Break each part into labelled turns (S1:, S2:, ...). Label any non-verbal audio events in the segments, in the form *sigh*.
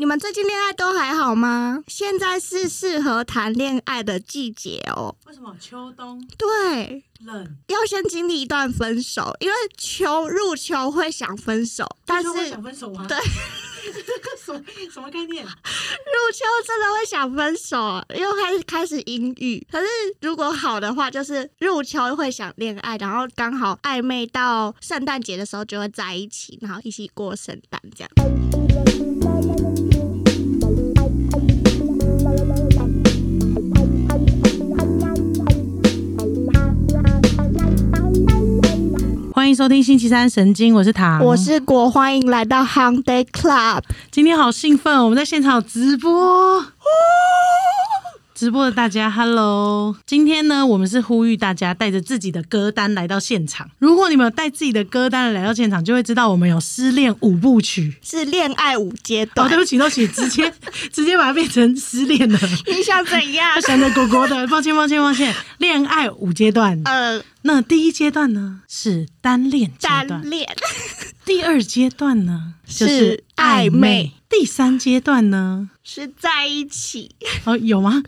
S1: 你们最近恋爱都还好吗？现在是适合谈恋爱的季节哦。
S2: 为什么秋冬
S1: 对，
S2: 冷？
S1: 要先经历一段分手，因为秋入秋会想分手，但是
S2: 秋
S1: 入
S2: 冬会想分手吗？
S1: 对，
S2: *laughs* 什么什么概念？
S1: 秋真的会想分手，又开始开始阴郁。可是如果好的话，就是入秋会想恋爱，然后刚好暧昧到圣诞节的时候就会在一起，然后一起过圣诞这样。
S2: 欢迎收听星期三神经，我是唐，
S1: 我是国，欢迎来到 Hung Day Club。
S2: 今天好兴奋，我们在现场有
S1: *laughs*
S2: 直播。直播的大家，Hello！今天呢，我们是呼吁大家带着自己的歌单来到现场。如果你们有带自己的歌单来到现场，就会知道我们有失恋五部曲。
S1: 是恋爱五阶
S2: 哦，
S1: 段，
S2: 对不起，对不起，直接 *laughs* 直接把它变成失恋了。
S1: *laughs* 你想怎样
S2: *laughs* 他？想的果果的，抱歉，抱歉，抱歉。恋爱五阶段，
S1: 呃，
S2: 那第一阶段呢是单恋阶段
S1: 单，恋，
S2: 第二阶段呢就是
S1: 是
S2: 暧
S1: 暧
S2: 昧
S1: 昧，
S2: 第三阶段呢，
S1: 是在一起，
S2: *laughs* 哦，有吗？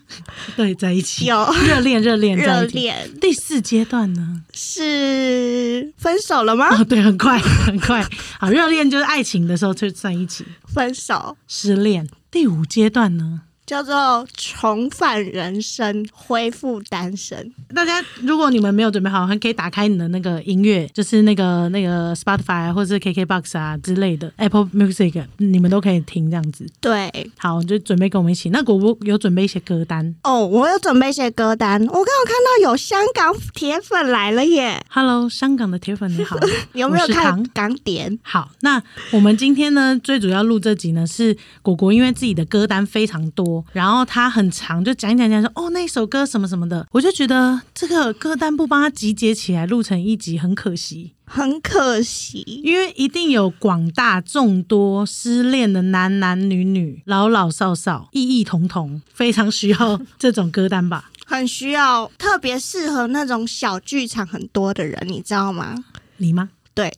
S2: 对，在一起
S1: 有
S2: 热恋，热恋，
S1: 热
S2: 在一起。
S1: 恋
S2: 第四阶段呢？
S1: 是分手了吗？
S2: 哦，对，很快， *laughs* 很快。好，热恋就是爱情的时候就在一起，
S1: 分手
S2: 失恋。第五阶段呢？
S1: 叫做重返人生，恢复单身。
S2: 大家，如果你们没有准备好，还可以打开你的那个音乐，就是那个那个 Spotify 啊或者是 KKBox 啊之类的 Apple Music，你啊嗯们都可以听这样子。
S1: 对，
S2: 好，就准备跟我们一起。那果果有准备一些歌单。
S1: 哦，我有准备一些歌单，我刚好看到有香港铁粉来了耶，
S2: Hello，香港的铁粉你好，
S1: 你有没有
S2: 我是
S1: 看
S2: 唐
S1: 港点？
S2: *laughs* 好，那我们今天呢，最主要录这集呢是果果，因为自己的歌单非常多，然后他很长，就讲一讲讲说，哦，那一首歌什么什么的，我就觉得这个歌单不帮他集结起来录成一集很可惜，
S1: 很可惜，
S2: 因为一定有广大众多失恋的男男女女、老老少少、异异同同，非常需要这种歌单吧。
S1: 很需要，特别适合那种小剧场很多的人，你知道吗？
S2: 你吗？
S1: 对，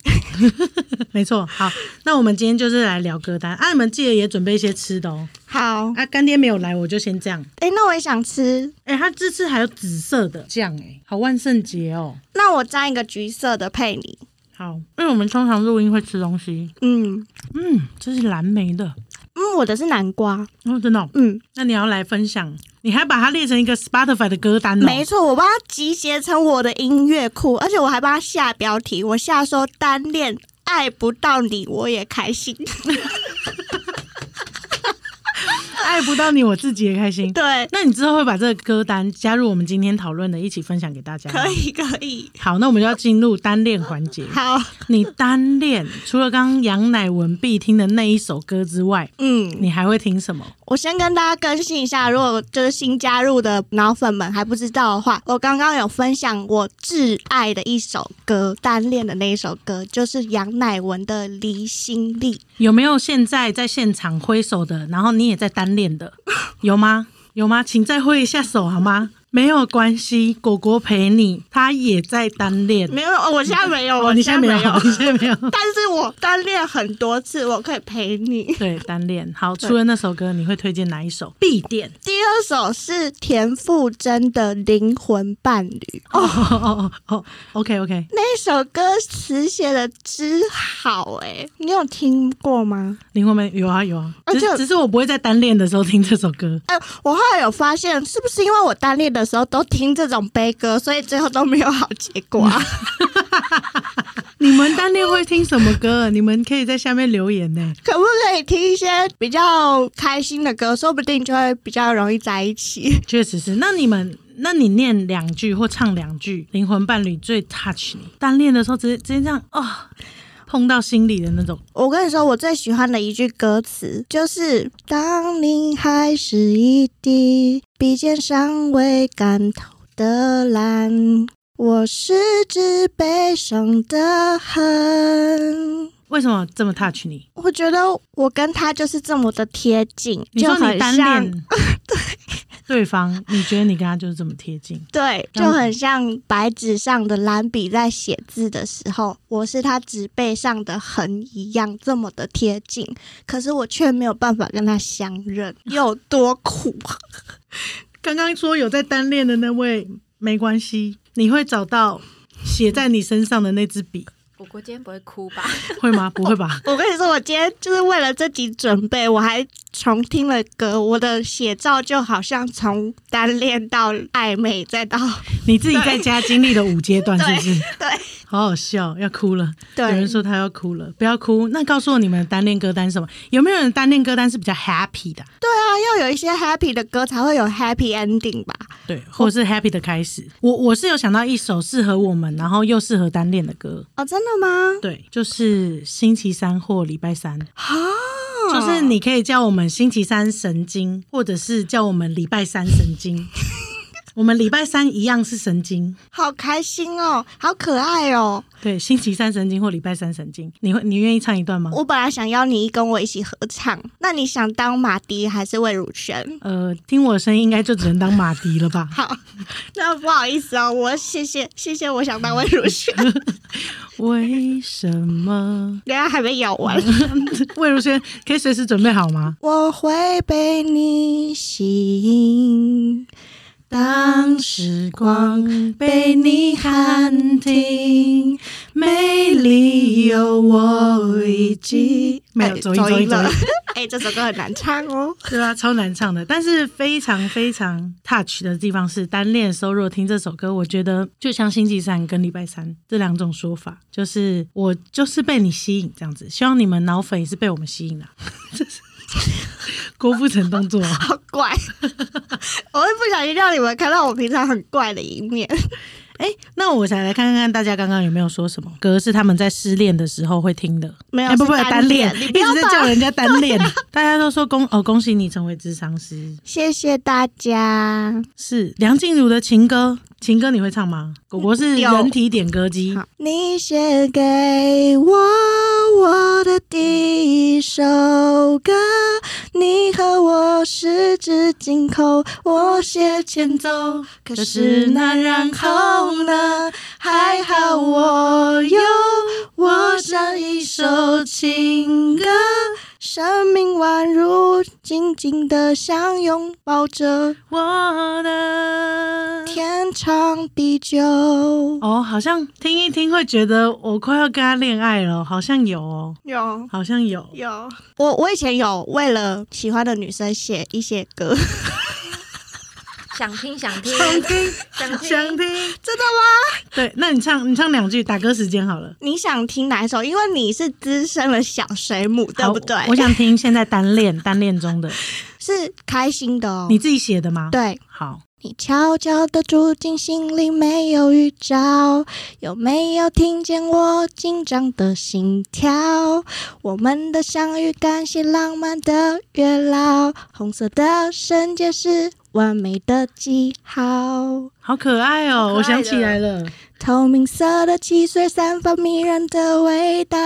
S2: 没错。好，那我们今天就是来聊歌单啊，你们记得也准备一些吃的哦。
S1: 好，
S2: 啊，干爹没有来，我就先这样。
S1: 哎、那我也想吃，
S2: 哎、它这次还有紫色的酱，哎，好万圣节哦。
S1: 那我沾一个橘色的配你。
S2: 好，因为我们通常录音会吃东西。
S1: 嗯
S2: 嗯，这是蓝莓的，
S1: 嗯，我的是南瓜。
S2: 哦，真的哦、
S1: 嗯，
S2: 那你要来分享，你还把它列成一个 Spotify 的歌单呢、哦
S1: 没错，我把它集结成我的音乐库，而且我还帮它下标题，我下说单恋爱不到你我也开 *laughs* 心。
S2: 爱不到你，我自己也开心。
S1: 对，
S2: 那你之后会把这个歌单加入我们今天讨论的，一起分享给大家。
S1: 可。以可以，
S2: 好，那我们就要进入单恋环节。
S1: 好，
S2: 你单恋除了刚刚杨乃文必听的那一首歌之外，
S1: 嗯，
S2: 你还会听什么？
S1: 我先跟大家更新一下，如果就是新加入的脑粉们还不知道的话，我刚刚有分享我挚爱的一首歌，单恋的那一首歌，就是杨乃文的《离心力》。
S2: 有没有现在在现场挥手的？然后你也在单恋的，有吗？有吗？请再挥一下手好吗？没有关系，果果陪你，他也在单恋。
S1: 没有，我现在没有，
S2: 哦，
S1: 我
S2: 你现在没
S1: 没有
S2: 有，。你现在没有。
S1: 但是我单恋很多次，我可以陪你。
S2: 对，单恋。好，除了那首歌，你会推荐哪一首？必点。
S1: 第二首是田馥甄的《灵魂伴侣》，
S2: 哦哦哦哦，OK OK。
S1: 那首歌词写的之好哎、你有听过吗？
S2: 灵魂们有啊有啊，
S1: 而
S2: 只
S1: 且
S2: 是只是我不会在单恋的时候听这首歌。
S1: 哎、我后来有发现，是不是因为我单恋的时候都听这种悲歌，所以最后都没有好结果啊？ *laughs*
S2: 你们单恋会听什么歌？你们可以在下面留言呢。
S1: 可不可以听一些比较开心的歌，说不定就会比较容易在一起。
S2: 确实是。那你们，那你念两句或唱两句，灵魂伴侣最 touch 你。单恋的时候直接直接这样哦，碰到心里的那种。
S1: 我跟你说，我最喜欢的一句歌词就是“当你还是一滴比肩尚未干透的蓝，我是只悲伤的很”。
S2: 为什么这么 touch 你？”
S1: 我觉得我跟他就是这么的贴近，
S2: 你
S1: 就
S2: 说你
S1: 很
S2: 单
S1: 像
S2: *laughs* 恋，对方，你觉得你跟他就是这么贴近？
S1: 对，就很像白纸上的蓝笔在写字的时候，我是他纸背上的痕一样这么的贴近，可是我却没有办法跟他相认，有多苦啊！
S2: 刚刚说有在单恋的那位没关系，你会找到写在你身上的那支 *laughs* 笔，
S3: 果果今天不会哭
S2: *laughs*
S3: 吧？
S2: 会吗？不会吧？
S1: *laughs* 我跟你说，我今天就是为了这集准备，我还重听了歌，我的写照就好像从单恋到暧昧，再到 *laughs*
S2: 你自己在家经历了五阶段，是不是？
S1: 对
S2: 好好笑，要哭了。有人
S1: 对，
S2: 说他要哭了，不要哭。那告诉我你们的单恋歌单是什么？有没有人单恋歌单是比较 happy 的？
S1: 那要有一些 happy 的歌才会有 happy ending 吧？
S2: 对，或者是 happy 的开始？我我是有想到一首适合我们，然后又适合单恋的歌。
S1: 哦，真的吗？
S2: 对，就是星期三或礼拜三，
S1: 啊，
S2: 就是你可以叫我们星期三神经，或者是叫我们礼拜三神 *laughs* 经。我们礼拜三一样是神经，
S1: 好开心哦，好可爱哦！
S2: 对，星期三神经或礼拜三神经，你会你愿意唱一段吗？
S1: 我本来想邀你跟我一起合唱，那你想当马迪还是魏如萱？
S2: 呃，听我的声音应该就只能当马迪了 *laughs* 吧？
S1: 好，那不好意思哦，我谢谢谢谢，我想当魏如萱，
S2: 为什么？
S1: 人家还没咬完。
S2: *laughs* 魏如萱可以随时准备好吗？
S1: 我会被你吸引，当
S2: 时
S1: 光
S2: 被你
S1: 喊
S2: 停，没
S1: 理由我已经
S2: 没有
S1: 哎
S2: 走音走音走
S1: 了 *laughs*
S2: 音。
S1: 哎、这首歌很难唱哦。
S2: 对啊，超难唱的，但是非常非常 touch 的地方是，单恋的时候如果听这首歌，我觉得就像星期三跟礼拜三这两种说法，就是我就是被你吸引这样子，希望你们脑粉也是被我们吸引的、啊， *laughs* 这是郭富城动作啊、
S1: 好怪， *laughs* 我会不小心让你们看到我平常很怪的一面。
S2: 哎、那我想来看看大家刚刚有没有说什么歌是他们在失恋的时候会听的？
S1: 没有
S2: 哎不不，
S1: 是单
S2: 单恋，
S1: 恋
S2: 一
S1: 你不要
S2: 直在
S1: 把
S2: 叫人家单
S1: *laughs*
S2: 恋。大家都说恭哦，恭喜你成为智商师。
S1: 谢谢大家。
S2: 是梁静茹的情歌，情歌你会唱吗？果果是
S1: 嗯有
S2: 人体点歌机，
S1: 好你写给我我的第一首歌，你和我十指紧扣，我写前奏。可是那然后呢？还好我有我这一首情歌，生命宛如紧紧的相拥抱着，
S2: 我的
S1: 天长地久。
S2: 哦，好像听一听会觉得我快要跟他恋爱了，好像有哦，
S1: 有
S2: 好像有。
S1: 有，我我以前有为了喜欢的女生写一些歌， *laughs*
S3: 想听想听
S2: 想听，
S3: 想听
S2: 想听。
S1: 真的吗？
S2: 对，那你唱，你唱两句，打歌时间好了。
S1: 你想听哪一首？因为你是资深的小水母，对
S2: 好
S1: 不对？
S2: 我想听现在单恋单恋中的
S1: 是开心的哦。
S2: 你自己写的吗？，
S1: 对
S2: 好，
S1: 你悄悄地住进心里，没有预兆，有没有听见我紧张的心跳？我们的相遇，感谢浪漫的月老，红色的圣洁是完美的记号。
S2: 好可爱哦、
S3: 好可爱的
S2: 我想起来了，
S1: 透明色的汽水散发迷人的味道，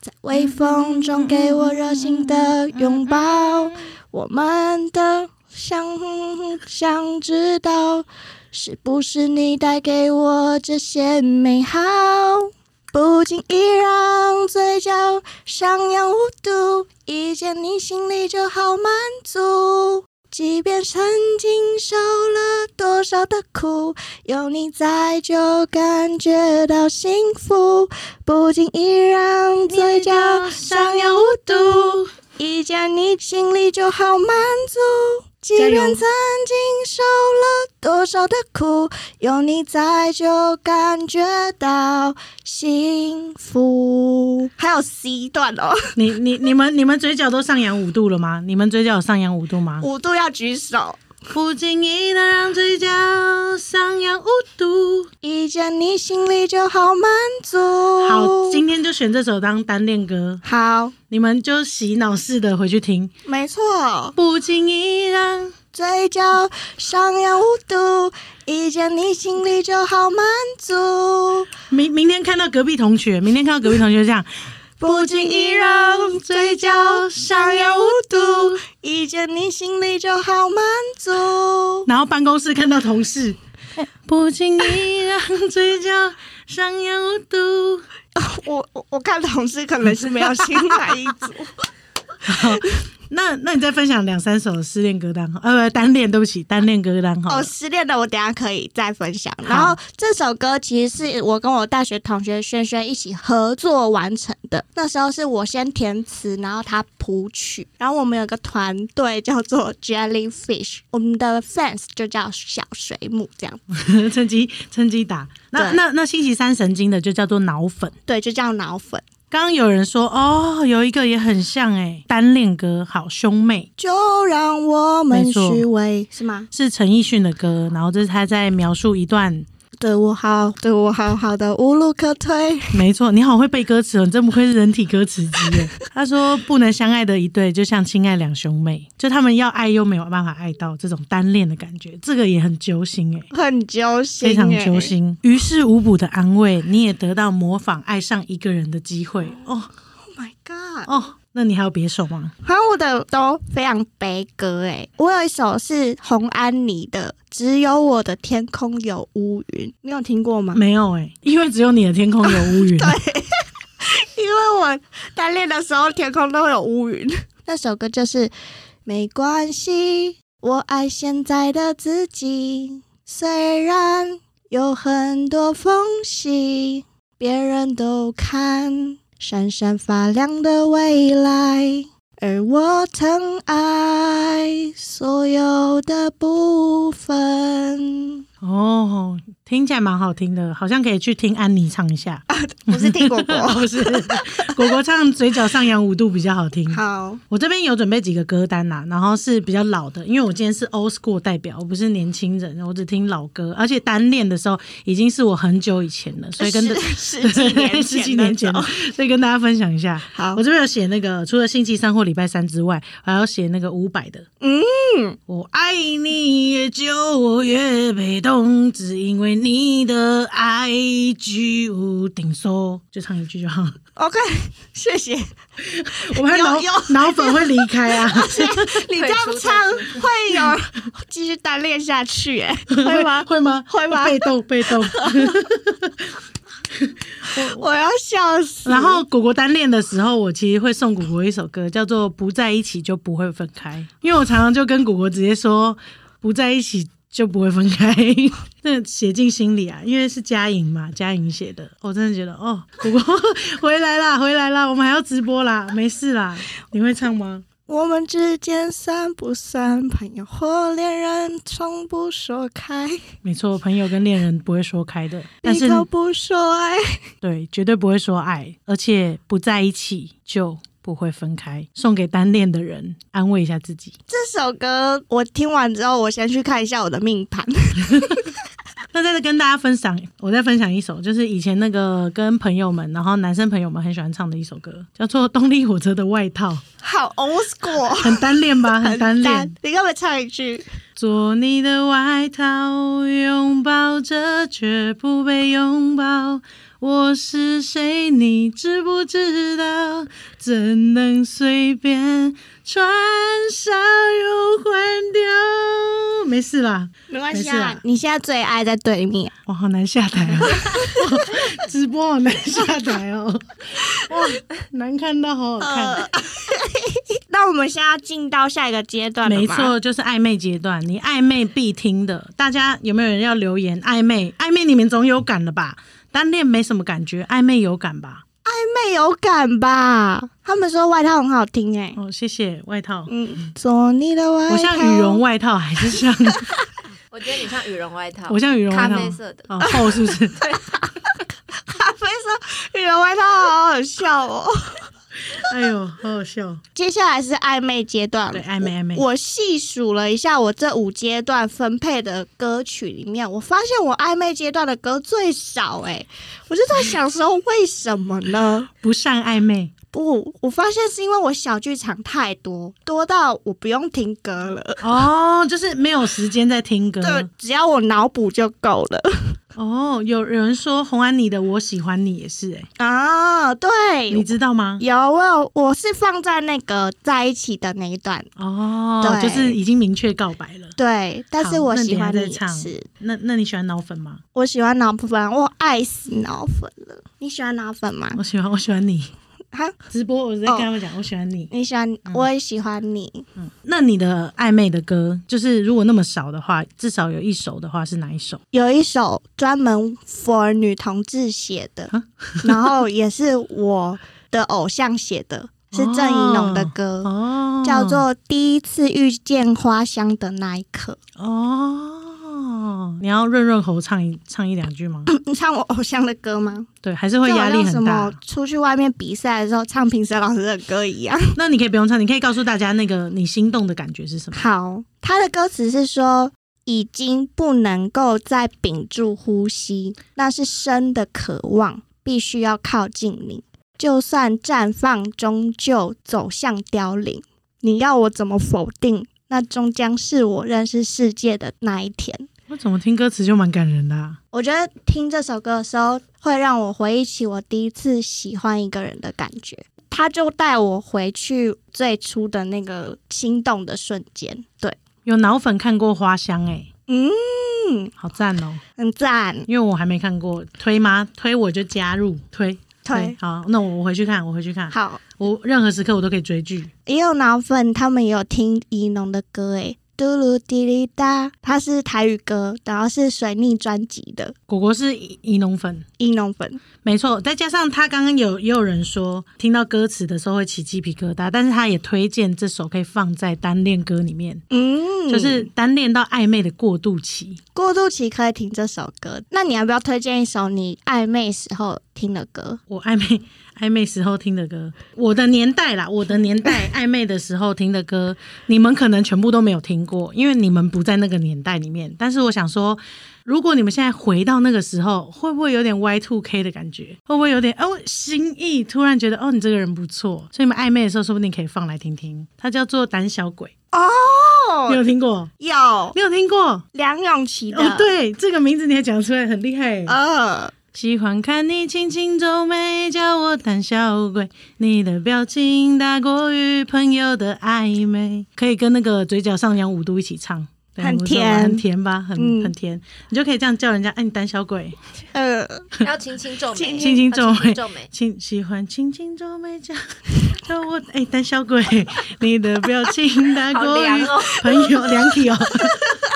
S1: 在微风中给我热情的拥抱。我们的想想知道，是不是你带给我这些美好？不经意让嘴角上扬五度，一见你心里就好满足。即便曾经受了多少的苦，有你在就感觉到幸福。不经意让嘴角上扬五度，一见你心里就好满足。即
S2: 加油
S1: 便曾经受了多少的苦，有你在就感觉到幸福。还有 C 段哦，
S2: 你你你们你们嘴角都上扬五度了吗？你们嘴角有上扬五度吗？
S1: 五度要举手。
S2: 不经意的让嘴角上扬五度。
S1: 一见你心里就好满足。
S3: 哦
S2: 好，今天就选这首当单恋歌，
S1: 好，
S2: 你们就洗脑式的回去听。
S1: 没错，
S2: 不经意让
S1: 嘴角上扬五度，一见你心里就好满足。
S2: 明明天看到隔壁同学，明天看到隔壁同学这样。
S1: 不经意让嘴角上扬五度，一见见你，心里就好满足。
S2: 然后办公室看到同
S3: *laughs*
S2: 事，不经意让嘴角上扬无度。
S1: *laughs* 我我我看同事可能是没有新来一 *laughs* 组，
S2: 那那你再分享两三首的失恋歌单好，呃，不单恋，对不起，单恋歌单好了。
S1: 哦，失恋的我等一下可以再分享。然后这首歌其实是我跟我大学同学轩轩一起合作完成的，那时候是我先填词，然后他谱曲。然后我们有个团队叫做 Jellyfish，我们的 fans 就叫小水母这样，
S2: *laughs* 趁机趁机打。那
S1: 对
S2: 那那星期三神经的就叫做脑粉。
S1: 对，就叫脑粉。
S2: 刚刚有人说哦，有一个也很像哎、单恋歌，好兄妹
S1: 就让我们
S2: 没错
S1: 虚伪，是吗？
S2: 是陈奕迅的歌，然后这是他在描述一段，
S1: 对我好，对我好好的无路可退。 *laughs*
S2: 没错，你好会背歌词哦，你真不愧是人体歌词机
S1: *laughs*
S2: 耶。他说不能相爱的一对，就像亲爱两兄妹，就他们要爱又没有办法爱到，这种单恋的感觉，这个也很揪心哎、
S1: 很揪心、
S2: 非常
S1: 欸
S2: 揪。心，于事无补的安慰，你也得到模仿爱上一个人的机会哦
S1: Oh my god！
S2: 哦，那你还有别首吗？
S1: 好像我的都非常悲歌哎、我有一首是洪安妮的《只有我的天空有乌云》，你有听过吗？
S2: 没有哎、因为只有你的天空有乌 *laughs* 云。
S1: 因为我单恋的时候天空都会有乌云。那首歌就是没关系，我爱现在的自己，虽然有很多缝隙，别人都看闪闪发亮的未来。而我疼爱所有的部分，
S2: 哦，听起来蛮好听的，好像可以去听安妮唱一下。
S1: 我是听果果。
S2: *laughs* 不是，果果唱《嘴角上扬五度》比较好听。
S1: 好，
S2: 我这边有准备几个歌单呐、然后是比较老的，因为我今天是 old school 代表，我不是年轻人，我只听老歌，而且单恋的时候已经是我很久以前了，所以跟
S1: 十 *laughs* 十几
S2: *laughs*
S1: 年前，
S2: 十几年前了，所以跟大家分享一下。
S1: *laughs* 好
S2: 我这边有写那个，除了星期三或礼拜三之外，还要写那个伍佰的。
S1: 嗯，
S2: 我爱你越久，我越被动，只因为你的爱居无定所。就唱一句就
S1: *laughs*
S2: 好了。
S1: OK，谢谢。
S2: 我们还脑
S1: 有有
S2: 脑粉会离开啊。
S1: 你这样唱会有继续单恋下去、哎， *laughs* 会吗？
S2: *laughs* 会吗？
S1: 会吗
S2: 被动，被动。
S1: 我要笑死。
S2: 然后果果单恋的时候，我其实会送果果一首歌，叫做《不在一起就不会分开》，因为我常常就跟果果直接说，不在一起就不会分开， *laughs* 那写进心里啊，因为是佳颖嘛，佳颖写的，我真的觉得哦，果 *laughs* 果回来啦，回来啦，我们还要直播啦，没事啦，你会唱吗？
S1: 我们之间算不算朋友或恋人？从不说开，
S2: 没错，朋友跟恋人不会说开的，但
S1: 你
S2: 是
S1: 都不说爱。
S2: 对，绝对不会说爱，而且不在一起就不会分开。送给单恋的人，安慰一下自己。
S1: 这首歌我听完之后，我先去看一下我的命盘。
S2: 那再跟大家分享，我再分享一首，就是以前那个跟朋友们，然后男生朋友们很喜欢唱的一首歌，叫做《动力火车的外套》， *laughs*
S1: 好 old school，
S2: 很单恋吧， *laughs* 很单恋。。
S1: 你给我唱一句，
S2: 做你的外套，拥抱着却不被拥抱。我是谁，你知不知道？怎能随便穿上又换掉？没事啦，
S1: 没关系
S2: 没事
S1: 啊
S2: 啊。
S1: 你现在最爱在对面，
S2: 我好难下台啊！直播好难下台哦，哇，难看啊到好好看。
S1: 那我们现在要进到下一个阶段了吗
S2: 没错，就是暧昧阶段，你暧昧必听的。大家有没有人要留言？暧昧，暧昧你们总有感了吧？单恋没什么感觉，暧昧有感吧？
S1: 妹有感吧？他们说外套很好听哎、
S2: 哦，谢谢外套，
S1: 嗯，做你的外套，
S2: 我像羽绒，外套还是像
S3: 我觉得你像羽绒外套，
S2: 我像羽绒外套
S3: 咖啡色的，
S2: 哦厚是不是？
S1: 咖啡色羽绒外套，好好笑哦。
S2: 哎呦，好好笑。
S1: 接下来是暧昧阶段，
S2: 对暧昧暧昧
S1: 我细数了一下我这五阶段分配的歌曲里面，我发现我暧昧阶段的歌最少哎、我就在想说为什么呢？
S2: 不善暧昧，
S1: 不，我发现是因为我小剧场太多，多到我不用听歌了。
S2: 哦，就是没有时间在听歌。
S1: 对，只要我脑补就够了
S2: 哦，有人说红安妮的《我喜欢你》也是、欸，哎，
S1: 啊！对，
S2: 你知道吗？
S1: 有我有，我是放在那个在一起的那一段，
S2: 哦，
S1: 对
S2: 就是已经明确告白了。
S1: 对，但是
S2: 好
S1: 我
S2: 那
S1: 喜
S2: 你还
S1: 欢
S2: 在
S1: 你
S2: 唱
S1: 是，
S2: 那那你喜欢脑粉吗？
S1: 我喜欢脑粉，我爱死脑粉了。你喜欢脑粉吗？
S2: 我喜欢，我喜欢你。
S1: 哈，
S2: 直播我在跟他们
S1: 哦
S2: 讲，我喜欢你。
S1: 你喜欢，
S2: 嗯
S1: 我也喜欢你。
S2: 那你的暧昧的歌，就是如果那么少的话，至少有一首的话是哪一首？
S1: 有一首专门 for 女同志写的，然后也是我的偶像写的，是郑怡农的歌。
S2: 哦，
S1: 叫做第一次遇见花香的那一刻，
S2: 哦。你要润润喉唱一唱一两
S1: *coughs*
S2: 句吗？
S1: 你唱我偶像的歌吗？
S2: 对，还是会
S1: 就好
S2: 压力
S1: 像什
S2: 很
S1: 么
S2: 大。
S1: 出去外面比赛的时候唱评审老师的歌一样。
S2: 那你可以不用唱，你可以告诉大家那个你心动的感觉是什么。
S1: *laughs* 好，他的歌词是说已经不能够再屏住呼吸，那是生的渴望，必须要靠近你，就算绽放，终究走向凋零。你要我怎么否定？那终将是我认识世界的那一天。
S2: 我怎么听歌词就蛮感人的、啊？
S1: 我觉得听这首歌的时候，会让我回忆起我第一次喜欢一个人的感觉。他就带我回去最初的那个心动的瞬间，对，
S2: 有脑粉看过《花香、欸》
S1: 嗯，
S2: 哎，好赞哦！
S1: 很赞，
S2: 因为我还没看过，推吗？推我就加入，推
S1: 推
S2: 好，那我我回去看，我回去看，
S1: 好。
S2: 我任何时刻我都可以追剧。
S1: 也有脑粉，他们也有听怡农的歌，诶，嘟噜滴哩哒，它是台语歌，然后是水逆专辑的
S2: 果果是怡怡农粉，
S1: 怡农粉，
S2: 没错，再加上他刚刚有也有人说，听到歌词的时候会起鸡皮疙瘩，但是他也推荐这首可以放在单恋歌里面，
S1: 嗯，
S2: 就是单恋到暧昧的过渡期。
S1: 过渡期可以听这首歌。那你要不要推荐一首你暧昧时候听的歌？
S2: 我暧昧暧昧时候听的歌，我的年代啦，我的年代暧昧的时候听的歌，你们可能全部都没有听过，因为你们不在那个年代里面。但是我想说，如果你们现在回到那个时候，会不会有点 Y two K 的感觉？会不会有点哦心意？突然觉得哦，你这个人不错，所以你们暧昧的时候，说不定可以放来听听。它叫做《胆小鬼》，你
S1: 哦，
S2: 有听过？
S1: 有
S2: 你有听过？
S1: 梁咏琪的，
S2: 哦，，对，这个名字你还讲出来，很厉害。
S1: 呃，
S2: 喜欢看你轻轻皱眉，叫我胆小鬼。你的表情大过于朋友的暧昧，可以跟那个嘴角上扬五度一起唱，对
S1: 很
S2: 不错吧
S1: 甜
S2: 很甜吧，很、
S1: 嗯
S2: 很甜，你就可以这样叫人家，哎，你胆小鬼，
S1: 呃，
S3: 要轻轻皱
S2: 轻
S3: 眉，
S2: 轻皱
S3: 要
S2: 眉
S3: 轻皱眉，
S2: 轻喜欢轻轻皱眉叫叫我哎胆小鬼，你的表情大
S3: 好
S2: 过于
S3: 凉哦
S2: 朋友凉体哦，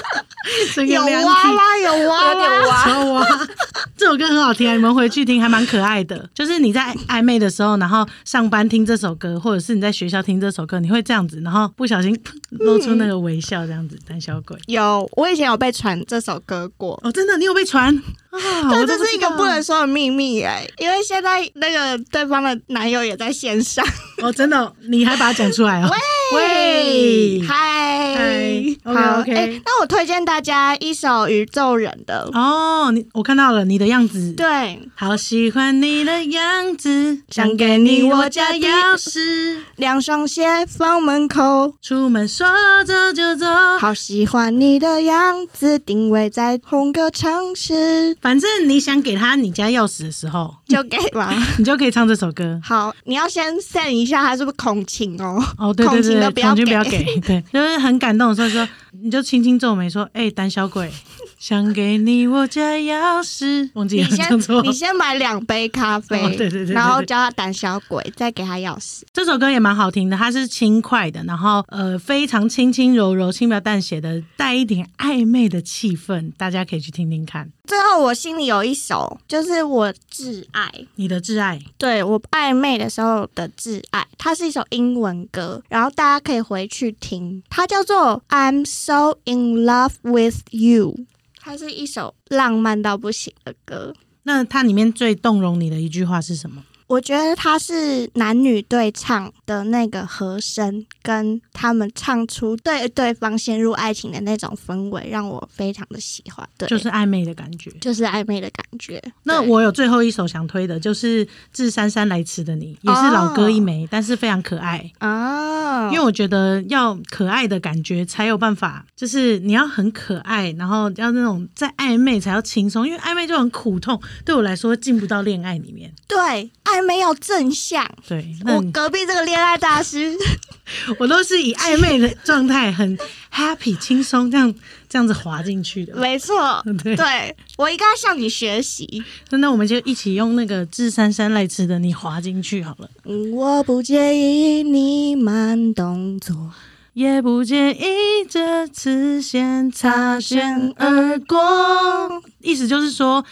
S2: *laughs* 整个
S1: 有啊
S2: 凉
S1: 哇
S2: 体。
S1: 啦，有哇
S3: 有点
S1: 啦，
S3: 哇，
S2: 超哇！ *laughs* 这首歌很好听啊，你们回去听还蛮可爱的。就是你在暧昧的时候，然后上班听这首歌，或者是你在学校听这首歌，你会这样子，然后不小心露出那个微笑，这样子胆小鬼。
S1: 有。我以前有被传这首歌过，
S2: 哦，真的，你有被传啊？
S1: 但
S2: 我都
S1: 这
S2: 知道
S1: 是一个不能说的秘密哎、因为现在那个对方的男友也在线上。
S2: 哦，真的哦，你还把它讲
S1: *laughs*
S2: 出来哦。喂
S1: 嗨，
S2: 嗨
S1: 好，
S2: OK，OK
S1: 诶那我推荐大家一首宇宙人的，
S2: 哦，你我看到了你的样子，
S1: 对，
S2: 好喜欢你的样子，
S1: 想给你我家的
S2: 钥匙，
S1: 两双鞋放门口，
S2: 出门说走就走。
S1: 好喜欢你的样子，定位在同个城
S2: *laughs*
S1: 市，
S2: 反正你想给他你家钥匙的时候， *laughs*
S1: 就给吧。
S2: 你就可以唱这首歌。
S1: 好，你要先 send 一下他是不是孔晴哦？
S2: 哦，对对
S1: 孔晴
S2: 对，
S1: 的不要
S2: 孔
S1: 给
S2: 不要给，对， *laughs* 就是很感动的时候说，你就轻轻皱眉说，哎、胆小鬼， *laughs* 想给你我家钥匙，忘记
S1: 你
S2: 了
S1: 先
S2: 唱错。
S1: 你先买两杯咖啡，
S2: 哦对对对对
S1: 然后
S2: 对
S1: 叫他胆小鬼，再给他钥匙。
S2: 这首歌也蛮好听的，它是轻快的，然后呃非常轻轻柔柔、轻描淡写的，带一点暧昧的气氛，大家可以去听听看。
S1: 最后我心里有一首，就是我挚爱，
S2: 你的挚爱，
S1: 对我暧昧的时候的挚爱，它是一首英文歌，然后大家可以回去听，它叫做《I'm So in Love with You》，它是一首浪漫到不行的歌。
S2: 那它里面最动容你的一句话是什么？
S1: 我觉得他是男女对唱的那个和声，跟他们唱出对对方陷入爱情的那种氛围，让我非常的喜欢。对，
S2: 就是暧昧的感觉。
S1: 就是暧昧的感觉。
S2: 那
S1: 对
S2: 我有最后一首想推的，就是《致姗姗来迟的你》，也是老歌一枚，但是非常可爱。
S1: 哦，
S2: 因为我觉得要可爱的感觉才有办法，就是你要很可爱，然后要那种在暧昧才要轻松，因为暧昧就很苦痛，对我来说进不到恋爱里面。
S1: 对暧昧要正向。
S2: 对，那
S1: 我
S2: 你
S1: 隔壁这个恋爱大师，
S2: 我都是以暧昧的状态，很 happy 轻松这样这样子滑进去的。
S1: 没错，
S2: 对
S1: 对我应该向你学习。
S2: 那那我们就一起用那个《致姗姗来迟的你》滑进去好了。
S1: 我不介意你慢动作，
S2: 也不介意这次先擦肩而过。意思就是说，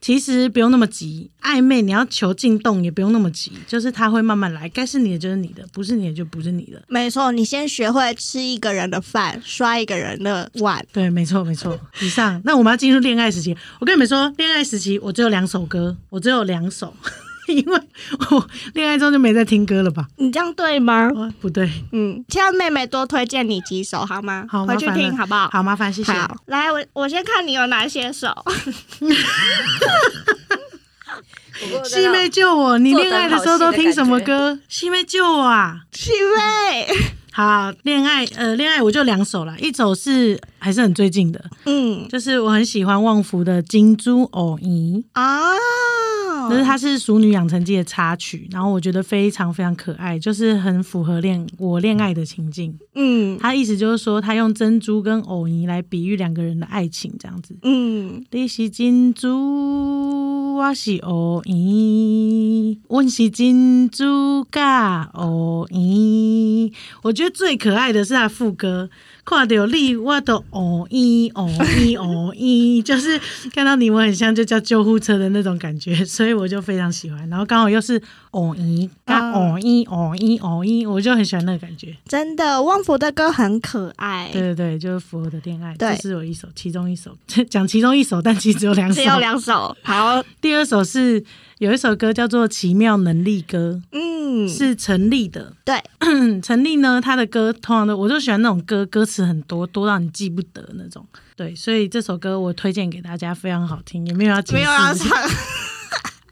S2: 其实不用那么急，暧昧你要求进洞也不用那么急，就是他会慢慢来，该是你的就是你的，不是你的就不是你的。
S1: 没错，你先学会吃一个人的饭，刷一个人的碗。
S2: 对，没错，没错。以上，那我们要进入恋爱时期。我跟你们说，恋爱时期我只有两首歌，我只有两 *laughs* 首，因为我恋爱中就没在听歌了吧？
S1: 你这样对吗？
S2: 哦，不对，
S1: 嗯，现在妹妹多推荐你几首好吗？
S2: 好，
S1: 回去
S2: 麻烦了
S1: 听好不好？
S2: 好，麻烦，谢谢。
S1: 好来，我我先看你有哪些首。
S3: 不过
S2: 西
S3: 真
S2: 妹
S3: 的
S2: 救我！你
S3: 坐
S2: 恋爱
S3: 等
S2: 的
S3: 好
S2: 时候
S3: 戏
S2: 都
S3: 的
S2: 听
S3: 感
S2: 什么
S3: 觉
S2: 歌？西妹救我啊！
S1: *laughs* 七妹，
S2: 好，恋爱呃，恋爱我就两首啦，一首是还是很最近的，
S1: *laughs* 嗯
S2: 就是我很喜欢旺福的《金珠偶仪》，
S1: 啊，
S3: 嗯
S2: 可是它是《熟女养成记》的插曲，然后我觉得非常非常可爱，就是很符合恋我恋爱的情境。
S1: 嗯
S2: 它意思就是说，他用珍珠跟藕泥来比喻两个人的爱情，这样子。
S1: 嗯，
S2: 你是珍珠，我是乌蝇，阮是珍珠甲乌蝇。哦我觉得最可爱的是他的副歌，看到你我都哦乌蝇乌蝇乌蝇，就是看到你我很像就叫救护车的那种感觉，所以我就非常喜欢。然后刚好又是哦乌蝇甲乌蝇乌蝇乌蝇，哦我就很喜欢那个感觉。
S1: 真的，旺福的歌很可爱，
S2: 对对对，就是符合我的恋爱，
S1: 对
S2: 这是我一首，其中一首 *laughs* 讲其中一首，但其实只有两首，
S1: 只有两首。好，
S2: 第二首是有一首歌叫做《奇妙能力歌》，
S1: 嗯，
S2: 是陈粒的。 *clears throat*
S1: 对，
S2: 嗯，陈粒呢，她的歌通常都我就喜欢那种歌，歌词很多，多到你记不得那种。对，所以这首歌我推荐给大家，非常好听，也没有要解释
S1: 没有啊要唱。
S2: *laughs*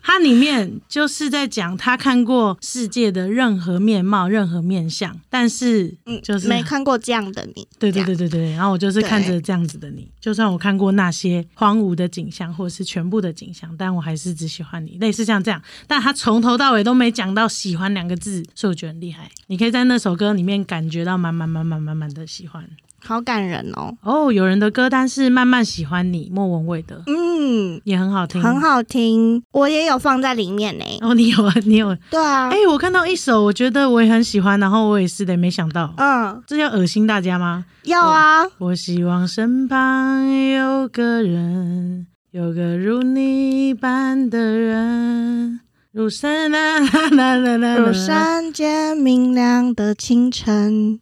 S2: 它里面就是在讲他看过世界的任何面貌、任何面相，但是
S1: 嗯，
S2: 就是、
S1: 没看过这样的你，
S2: 对
S1: 这
S2: 对
S1: 样
S2: 对对对，然后我就是看着这样子的你，就算我看过那些荒芜的景象，或者是全部的景象，但我还是只喜欢你，类似像这样。但他从头到尾都没讲到喜欢两个字，所以我觉得很厉害。你可以在那首歌里面感觉到满满满满满满的喜欢。
S1: 好感人哦。
S2: 哦，有人的歌单是《慢慢喜欢你》，莫文蔚的，
S1: 嗯，
S2: 也很好听，
S1: 很。好听，我也有放在里面呢。
S2: 哦，你有啊，你有啊，
S1: 对啊，
S2: 哎、我看到一首，我觉得我也很喜欢，然后我也是的，没想到，
S1: 嗯，
S2: 这要恶心大家吗？
S1: 要啊，
S2: 我希望身旁有个人，有个如你般的人，如山啦啦啦啦啦，
S1: 如，山间明亮的清晨，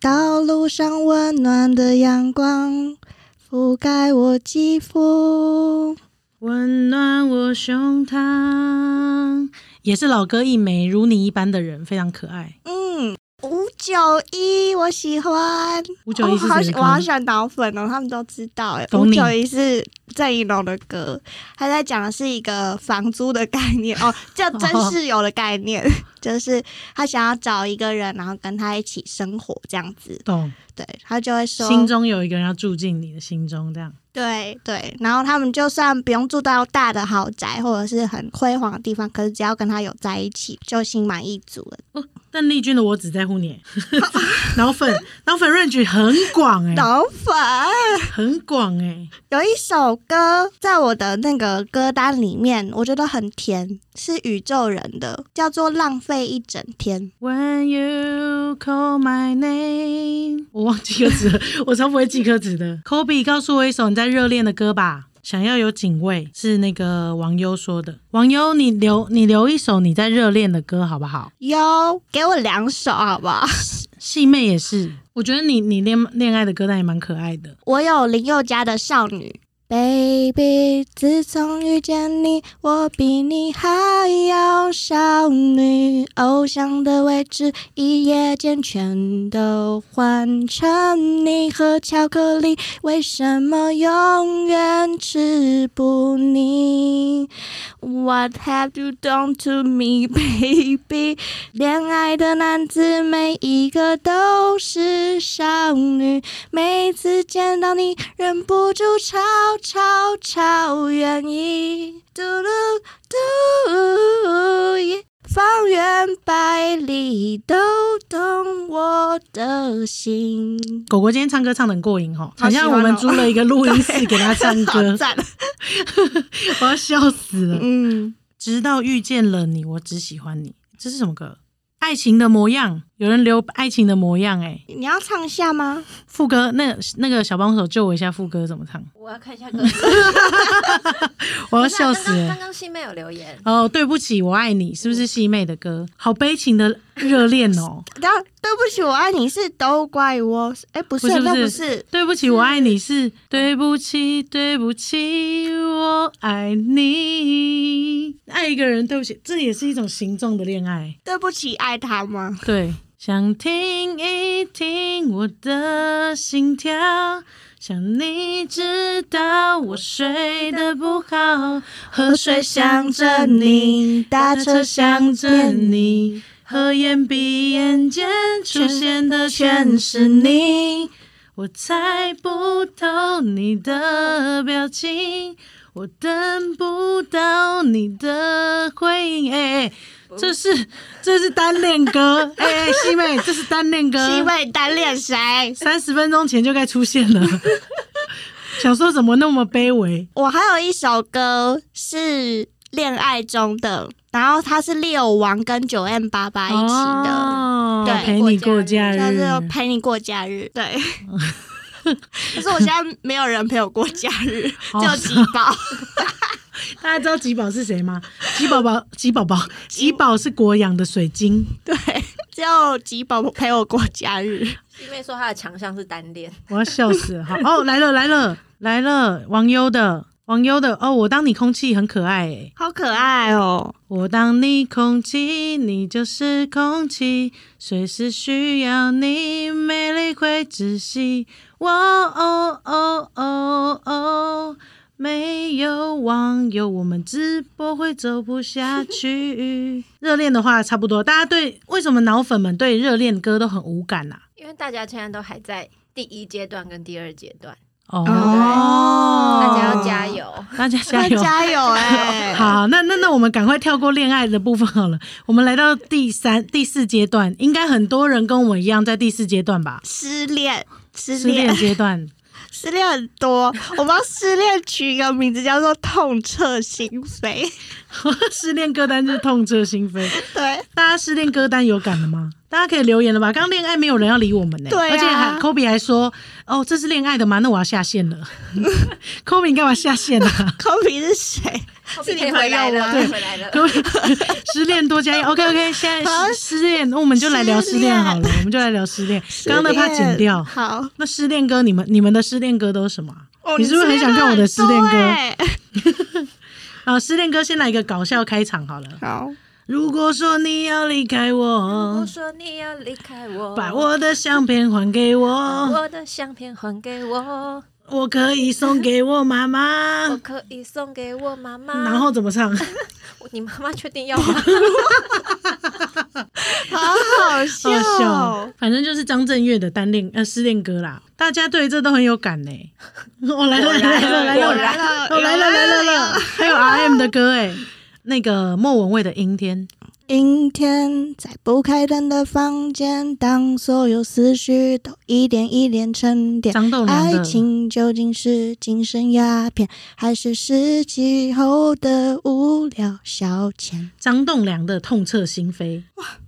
S1: 道路上温暖的阳光覆盖我肌肤。
S2: 温暖我胸膛。也是老歌一枚，如你一般的人，非常可爱。
S1: 嗯，五九一我喜欢，
S2: 五九一是
S1: 我好
S2: 谁
S1: 喜
S2: 的歌
S1: 我好喜欢脑粉哦，他们都知道哎。五
S2: 懂你
S1: 九一是郑怡龙的歌，他在讲的是一个房租的概念 *laughs* 哦，叫真室友的概念， *laughs* 就是他想要找一个人，然后跟他一起生活这样子。
S2: 懂，
S1: 对他就会说，
S2: 心中有一个人要住进你的心中，这样。
S1: 对对，然后他们就算不用住到大的豪宅或者是很辉煌的地方，可是只要跟他有在一起，就心满意足了。
S2: 邓丽君的《我只在乎你》，脑粉脑粉 range 很广哎、
S1: 脑粉
S2: 很广哎、
S1: 有一首歌在我的那个歌单里面，我觉得很甜，是宇宙人的，叫做《浪费一整天》。
S2: When you call my name，我忘记歌词了，我超不会记歌词的。Kobe 告诉我一首你在热恋的歌吧。想要有警卫是那个王优说的。王优，你留你留一首你在热恋的歌好不好？
S1: 哟，给我两首好不好？
S2: 细妹也是，我觉得你你恋恋爱的歌单也蛮可爱的。
S1: 我有林宥嘉的《少女》， Baby，自从遇见你，我比你还要少女。偶像的位置一夜间全都换成你和巧克力，为什么永远吃不腻？What have you done to me, baby？恋爱的男子每一个都是少女，每次见到你忍不住超超超愿意，嘟噜嘟耶，方圆百里都懂我的心。
S2: 狗狗今天唱歌唱得很过瘾哦，
S1: 好
S2: 好
S1: 喜欢
S2: 像
S1: 哦
S2: 我们租了一个录音室给他唱
S1: *laughs*
S2: 歌，
S1: 赞，
S2: *laughs* 我要笑死了。
S1: 嗯，
S2: 直到遇见了你，我只喜欢你，这是什么歌？爱情的模样，有人留爱情的模样、欸，
S1: 你要唱一下吗？
S2: 副歌那那个小帮手救我一下，副歌怎么唱？
S3: 我要看一下歌词，
S2: 嗯我要
S3: 不是啊
S2: 笑死
S3: 刚刚
S2: 了
S3: 刚。刚新妹有留言，
S2: 哦，对不起，我爱你，是不是西妹的歌？好悲情的热恋哦。
S1: 然后对不起，我爱你是都怪我，哎，不是，
S2: 不是不
S1: 那
S2: 是
S1: 不是，
S2: 对不起，我爱你是对不起，对不起，我爱你。爱一个人，对不起，这也是一种形状的恋爱。
S1: 对不起，爱他吗？
S2: 对，想听一听我的心跳，想你知道我睡得不好，喝水想着你，搭车想着你，合眼闭眼间出现的全是你，我猜不透你的表情。我等不到你的回应，哎、哎这是这是单恋 *laughs* 歌，哎、哎西妹，这是单恋歌，
S1: 因为单恋谁？
S2: 三十分钟前就该出现 *laughs* 了。想说怎么那么卑微？
S1: 我还有一首歌是恋爱中的，然后它是六王跟九 M 八八一起的，
S2: 哦
S1: 对
S2: 陪你过假
S1: 叫
S2: 日，
S1: 做
S2: *laughs*
S1: 《陪你过假日》。对，可是我现在没有人陪我过假日，
S2: 哦
S1: 只有吉宝。
S2: 大家知道吉宝是谁吗？吉宝宝，吉宝宝，吉宝是国养的水晶，
S1: 对，只有吉宝陪我过假日。
S3: 新妹说她的强项是单恋，
S2: 我要笑死了。好哦，来了来了来了，王优的王优的哦，我当你空气很可爱欸诶、
S1: 好可爱哦！
S2: 我当你空气，你就是空气，随时需要你，美丽会窒息。哇哦哦哦哦，没有网友，我们直播会走不下去。热恋的话差不多，大家对为什么脑粉们对热恋歌都很无感呐、
S3: 因为大家现在都还在第一阶段跟第二阶段，
S2: 哦，
S1: 哦
S3: 大家要加油。
S2: 大家加油！
S1: 加油哎、
S2: 好，那那那我们赶快跳过恋爱的部分好了，我们来到第三、第四阶段，应该很多人跟我一样在第四阶段吧，
S1: 失恋，失
S2: 失恋
S1: 恋，
S2: 阶段。
S1: 失恋很多。我帮失恋取一个名字，叫做“痛彻心扉
S2: *laughs* 失恋歌单就是痛彻心扉，”。
S1: 对，
S2: 大家失恋歌单有感了吗？大家可以留言了吧？刚恋爱没有人要理我们呢、
S1: 对啊
S2: 而且还 Kobe 还说：“哦，这是恋爱的吗？那我要下线了。”Kobe 你干嘛下线啊？ *laughs*
S1: 科比是谁？
S3: 自己回来了，
S2: 对
S3: 回来了。
S2: Kobe，失恋多加一，OK OK，现在失失恋，那我们就来聊失恋好了，我们就来聊失恋。刚刚那怕剪掉，
S1: 好，
S2: 那失恋歌，你们你们的失恋歌都是什么啊？
S1: 哦
S2: 你是不是很欸想看我的失恋
S1: 你
S2: 歌？
S1: 失恋歌很
S2: 啊，失恋歌先来一个搞笑开场好了。
S1: 多欸好，
S2: 如果说你要离开
S3: 我
S2: 我，
S3: 说你要离开我，
S2: 嗯把我的相片还给
S3: 把
S2: 我，
S3: 我的相片还给我，
S2: 我可以送给我妈
S3: 我
S2: 妈。
S3: 可以送给我妈妈。
S2: 嗯然后怎么唱？
S3: 你妈妈确定要 *laughs* 吗？
S1: 好好笑
S2: 好
S1: 哦
S2: 笑，，反正就是张震岳的单恋呃失恋歌啦，大家对这都很有感呢。我来了来了来
S1: 我
S2: 了
S1: 来
S2: 来
S1: 了，
S2: 了来了来了来了，还有 R M 的歌哎，那个莫文蔚的《阴天》，
S1: 阴天，在不开灯的房间，当所有思绪都一点一点沉淀。
S2: 张栋梁
S1: 爱
S2: 的。
S1: 情究竟是精神鸦片，还是失去后的无聊消遣？
S2: 张栋梁的《痛彻心扉》，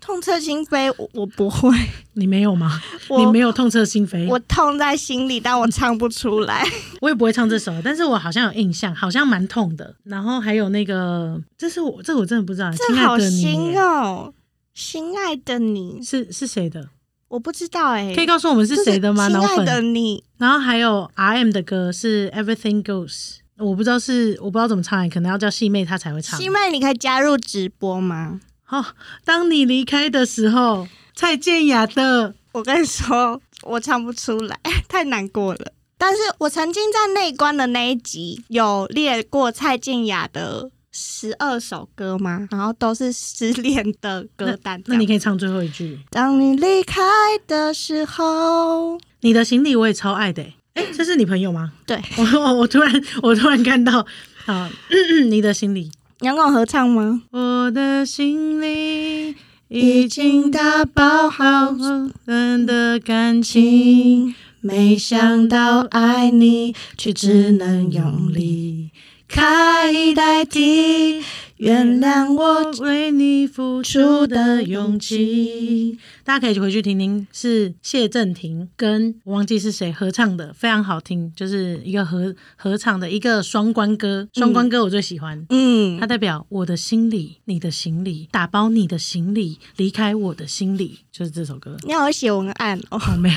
S1: 痛彻心扉，我我不会，
S2: 你没有吗？
S1: 我
S2: 你没有痛彻心扉，
S1: 我
S2: 我
S1: 痛在心里，但我唱不出来。
S2: 我也不会唱这首，但是我好像有印象，好像蛮痛的。然后还有那个，这是我这我真的不知道，
S1: 这
S2: 亲
S1: 好
S2: 爱的你
S1: 新哦，心爱的你，
S2: 是是谁的？
S1: 我不知道哎、
S2: 可以告诉我们是谁的吗？
S1: 就是
S2: 脑
S1: 亲爱的
S2: 粉。
S1: 你，
S2: 然后还有 R M 的歌是 Everything Goes，我不知道是我不知道怎么唱，可能要叫细妹她才会唱。
S1: 西妹，你可以加入直播吗？
S2: 好、当你离开的时候，蔡健雅的
S1: 我跟你说，我唱不出来， *laughs* 太难过了。但是我曾经在内观的那一集有列过蔡健雅的十二首歌嘛，然后都是失恋的歌单
S2: 那你可
S1: 以，
S2: 以唱最后一句。
S1: 当你离开的时候，
S2: 你的行李我也超爱的、欸，哎、这是你朋友吗？ *laughs*
S1: 对，
S2: 我我我突然我突然看到啊、 *coughs* 你的行李，
S1: 你要跟我合唱吗？
S2: 我的行李
S1: 已经打包好
S2: 人的感情，
S1: 情，没想到爱你却只能用力开代替，原谅我
S2: 为你付出的勇气。大家可以回去听听，是谢震廷跟我忘记是谁合唱的，非常好听，就是一个合合唱的一个双关歌，双关歌我最喜欢。
S1: 嗯
S2: 它代表我的心里，你的行李，打包你的行李，离开我的心里，就是这首歌。
S1: 你好会写文案哦。
S2: 哦，没有，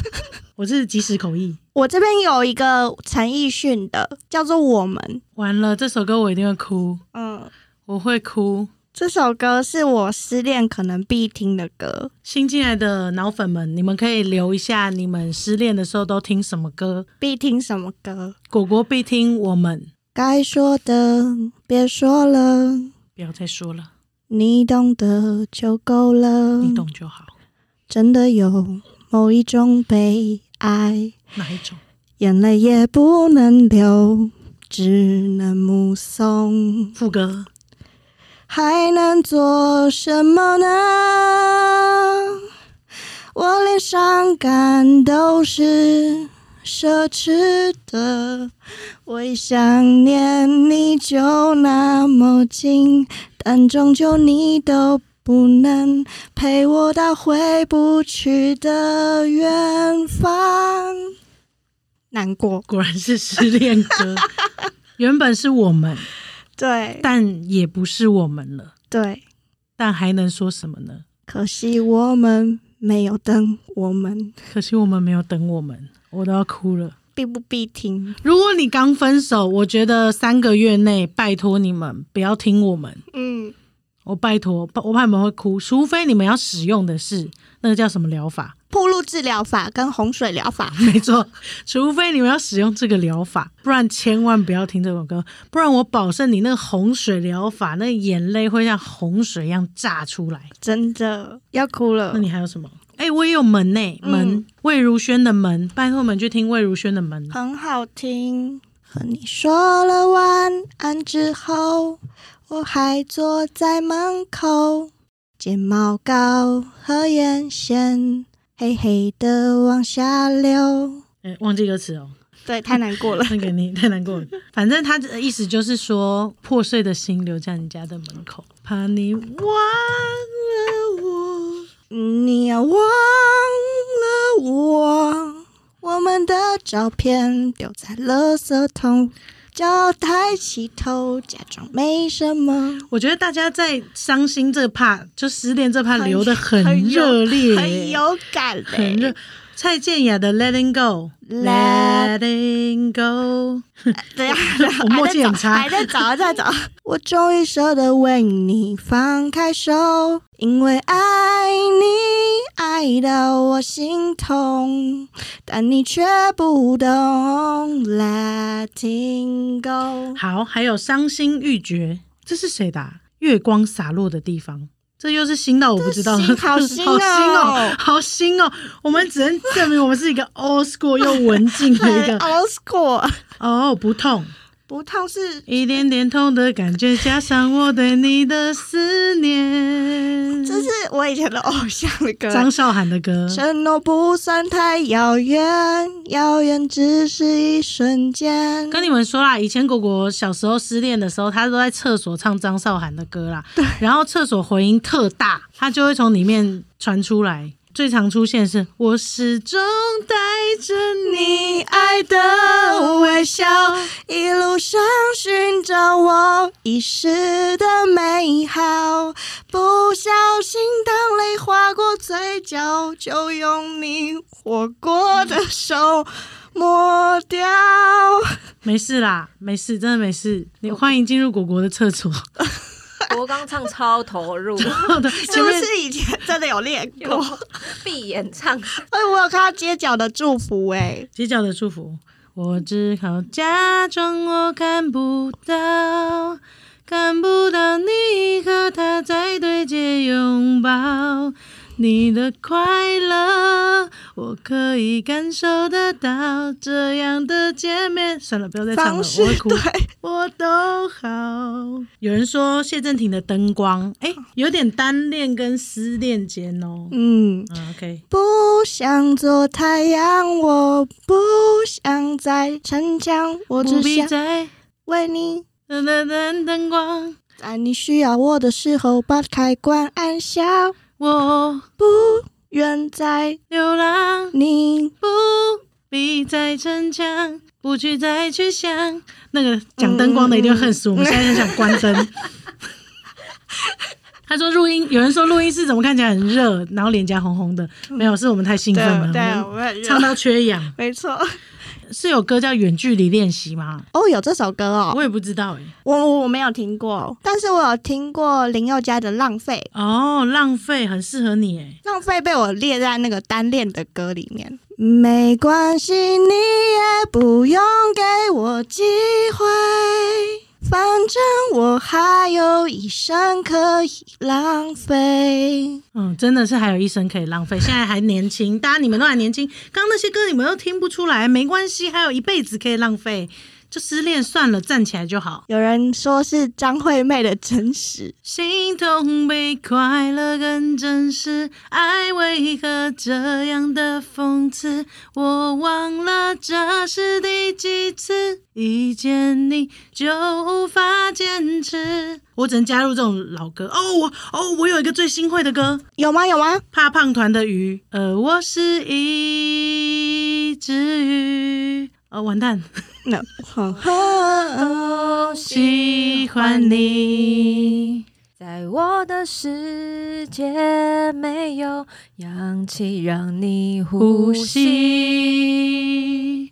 S2: *laughs* 我是即时口译。
S1: 我这边有一个陈奕迅的，叫做《我们》。
S2: 完了，这首歌我一定会哭，
S1: 嗯，
S2: 我会哭。
S1: 这首歌是我失恋可能必听的歌。
S2: 新进来的脑粉们，你们可以留一下你们失恋的时候都听什么歌。
S1: 必听什么歌？
S2: 果果必听我们，
S1: 该说的别说了，
S2: 不要再说了，
S1: 你懂得就够了。
S2: 你懂就好。
S1: 真的有某一种悲哀，
S2: 哪一种？
S1: 眼泪也不能流，只能目送。
S2: 副歌
S1: 还能做什么呢？我连伤感都是奢侈的，我一想念你就那么近，但终究你都不能陪我到回不去的远方。难过，
S2: 果然是失恋歌。 *laughs* 原本是我们，
S1: 对
S2: 但也不是我们了。
S1: 对，
S2: 但还能说什么呢？
S1: 可惜我们没有等我们
S2: 可惜我们没有等我们，我都要哭了。
S1: 必不必听。
S2: 如果你刚分手，我觉得三个月内，拜托你们不要听我们，
S1: 嗯，
S2: 我拜托，我怕你们会哭。除非你们要使用的是那个叫什么疗法， *laughs*
S1: 铺路治疗法跟洪水疗法，
S2: 没错，除非你们要使用这个疗法，不然千万不要听这首歌，不然我保证你那个洪水疗法，那眼泪会像洪水一样炸出来。
S1: 真的要哭了
S2: 那。你还有什么？哎、我也有门呢、门、
S1: 呃嗯
S2: 魏如萱的门，拜托你们去听魏如萱的门。
S1: 很好听。和你说了晚安之后，我还坐在门口，睫毛膏和眼线黑黑的往下流。
S2: 哎、忘记歌词哦。。
S1: 对，太难过了
S2: *laughs* 那个你太难过了。反正他的意思就是说，破碎的心留在你家的门口，怕你忘了我。
S1: 你要忘了我，我们的照片丢在垃圾桶，脚抬起头，假装没什么。
S2: 我觉得大家在伤心这怕，就失恋这怕
S1: 很
S2: 流的
S1: 很有
S2: 热烈，
S1: 哎很有感嘞、
S2: 很热。蔡健雅的《Letting Go》
S1: Let-
S2: ，Letting Go，
S1: 对呀，
S2: 我默契很差
S1: 还在找，还在找。还在找 *laughs* 我终于舍得为你放开手，因为爱你爱到我心痛，但你却不懂。Letting *laughs* go，
S2: 好，还有《伤心欲绝》，这是谁的啊、月光洒落的地方。这又是新到我不知道， *laughs*
S1: 这新好新哦
S2: 好新哦，好新哦！我们只能证明我们是一个 old school 又文静的
S1: *laughs*
S2: 一个
S1: old school，
S2: 哦，不痛，
S1: 不痛是
S2: 一点点痛的感觉，加上我对你的思念，
S1: 这是我以前的偶像的歌。
S2: 张韶涵的歌。
S1: *laughs* 承诺不算太遥远，遥远只是一瞬间。
S2: 跟你们说啦，以前果果小时候失恋的时候，她都在厕所唱张韶涵的歌啦，然后厕所回音特大，她就会从里面传出来。最常出现是我
S1: *laughs*
S2: 始终带着
S1: 你爱的微笑，一路上寻找我遗失的美好，不小心，当泪划过嘴角，就用你握过的手抹掉。
S2: 没事啦，没事，真的没事。你欢迎进入果果的
S1: *laughs*
S2: 厕所。 *laughs*
S3: 国刚唱超投入，
S1: 是
S2: 前
S1: 不
S2: 面
S1: 是以前真的有练
S3: 有
S1: 过？
S3: 闭眼
S1: *laughs*
S3: 唱，
S1: 哎，我有看到街角的祝福、哎，
S2: 街角的祝福，我只好假装我看不到，看不到你和他在对街拥抱。你的快乐，我可以感受得到。这样的见面，算了，不要再唱
S1: 方
S2: 了，我会
S1: 式
S2: 哭。
S1: 对。
S2: 我都好。有人说谢振廷的灯光，哎、有点单恋跟失恋间哦。
S1: 嗯，
S2: 嗯，OK，
S1: 不想做太阳，我不想再逞强，我只
S2: 不必
S1: 想
S2: 再
S1: 为你，
S2: 噔噔噔灯光，
S1: 在你需要我的时候把开关按下，
S2: 我
S1: 不愿再
S2: 流浪，
S1: 你。
S2: 不必再逞强，不去再去想。那个讲灯光的一定会恨死我们，现在很想关灯。 *laughs* 他说录音，有人说录音室怎么看起来很热，然后脸颊红红的，没有，是我们太兴奋了，啊我们
S1: 们
S2: 唱到缺氧。
S1: 没错。
S2: 是有歌叫《远距离练习》吗？
S1: 哦，有这首歌哦，
S2: 我也不知道哎、
S1: 我我我没有听过，但是我有听过林宥嘉的《浪费》，
S2: 哦，浪费很适合你哎、
S1: 浪费被我列在那个单恋的歌里面。没关系，你也不用给我机会，反正我还有一生可以浪费。
S2: 嗯，真的是还有一生可以浪费，现在还年轻，大家你们都还年轻，刚刚那些歌你们都听不出来，没关系，还有一辈子可以浪费，就失恋算了，站起来就好。
S1: 有人说是张惠妹的《真实
S2: 心痛比快乐更真实，爱为何这样的讽刺？我忘了这是第几次一见你就无法坚持。我只能加入这种老歌哦，我哦，我有一个最新会的歌，》，
S1: 有吗？有吗？
S2: 怕胖团的鱼。呃，我是一只鱼。哦，完蛋，
S1: 那好，
S2: 哦喜欢你。
S3: 在我的世界没有氧气让你
S2: 呼
S3: 呼吸。
S2: 吸。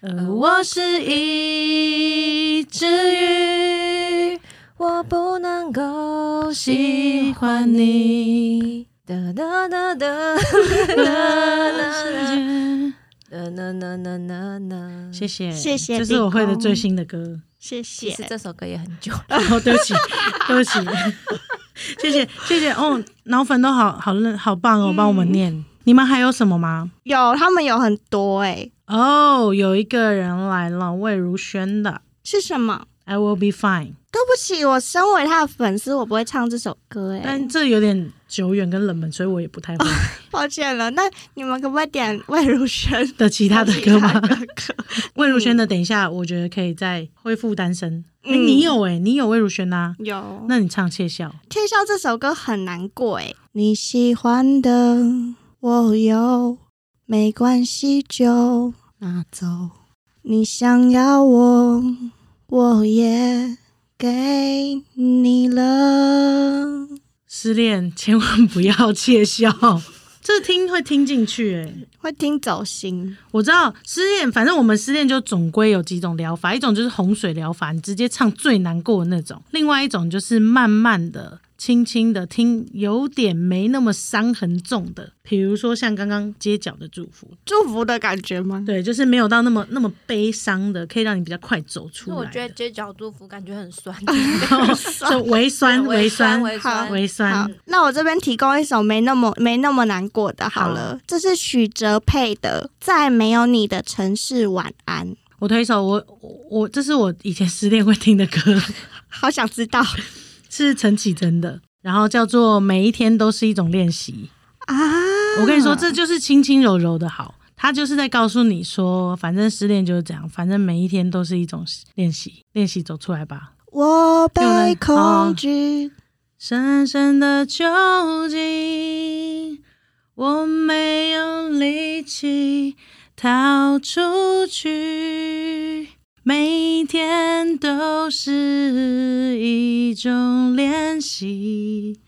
S2: 呃，我是一只鱼，
S3: 我不能够
S2: 喜欢。你。
S3: 哒哒哒哒哒哒哒哒哒哒。
S2: 谢谢，
S1: 谢谢
S2: 这是我会的
S1: 立功
S2: 最新的歌。
S1: 谢
S3: 其实
S1: 谢。
S3: 这首歌也很久，
S2: 哦，对不起， *laughs* 对不起，谢谢，谢谢。哦，脑粉都好好认好棒哦，帮我们念。你们还有什么吗？
S1: 有，他们有很多哎、
S2: 哦，有一个人来了，魏如萱的
S1: 是什么？
S2: 《I Will Be Fine》，
S1: 对不起，我身为他的粉丝，我不会唱这首歌哎、
S2: 但这有点久远跟冷门，所以我也不太会。
S1: 抱歉了。那你们可不可以点魏如萱？
S2: 的其他的歌吗？ *laughs*
S1: 歌
S2: 魏如萱的，等一下，我觉得可以再恢复单身。哎、
S1: 嗯
S2: 你有哎、你有魏如萱呐、
S1: 有。
S2: 那你唱《窃笑》
S1: 《窃笑》这首歌很难过哎。你喜欢的我有，没关系就拿走。你想要我，我也给你了。
S2: 失恋千万不要窃笑，这听会听进去哎、
S1: 会听走心，
S2: 我知道失恋，反正我们失恋就总归有几种疗法，一种就是洪水疗法，你直接唱最难过的那种；另外一种就是慢慢的、轻轻的听，有点没那么伤痕重的，比如说像刚刚街角的祝福，
S1: 祝福的感觉吗？
S2: 对，就是没有到那么那么悲伤的，可以让你比较快走出
S3: 那
S2: 来。
S3: 我觉得街角祝福感觉很 *laughs* 酸，
S2: 就微酸、微酸、
S3: 微
S1: 好
S3: 酸，
S2: 微
S1: 好
S2: 酸。，
S1: 那我这边提供一首没那么没那么难过的，好了，这是许哲佩的《在没有你的城市晚安》，
S2: 我推手，我我我，这是我以前失恋会听的歌，
S1: 好想知道
S2: 是陈绮贞的，然后叫做《每一天都是一种练习
S1: 啊！》。
S2: 我跟你说，这就是轻轻柔柔的好，他就是在告诉你说，反正失恋就是这样，反正每一天都是一种练习，练习走出来吧。
S1: 我被
S2: 哦
S1: 恐惧，
S2: 深深的囚禁，我没有力气逃出去。每一天都是一种练习，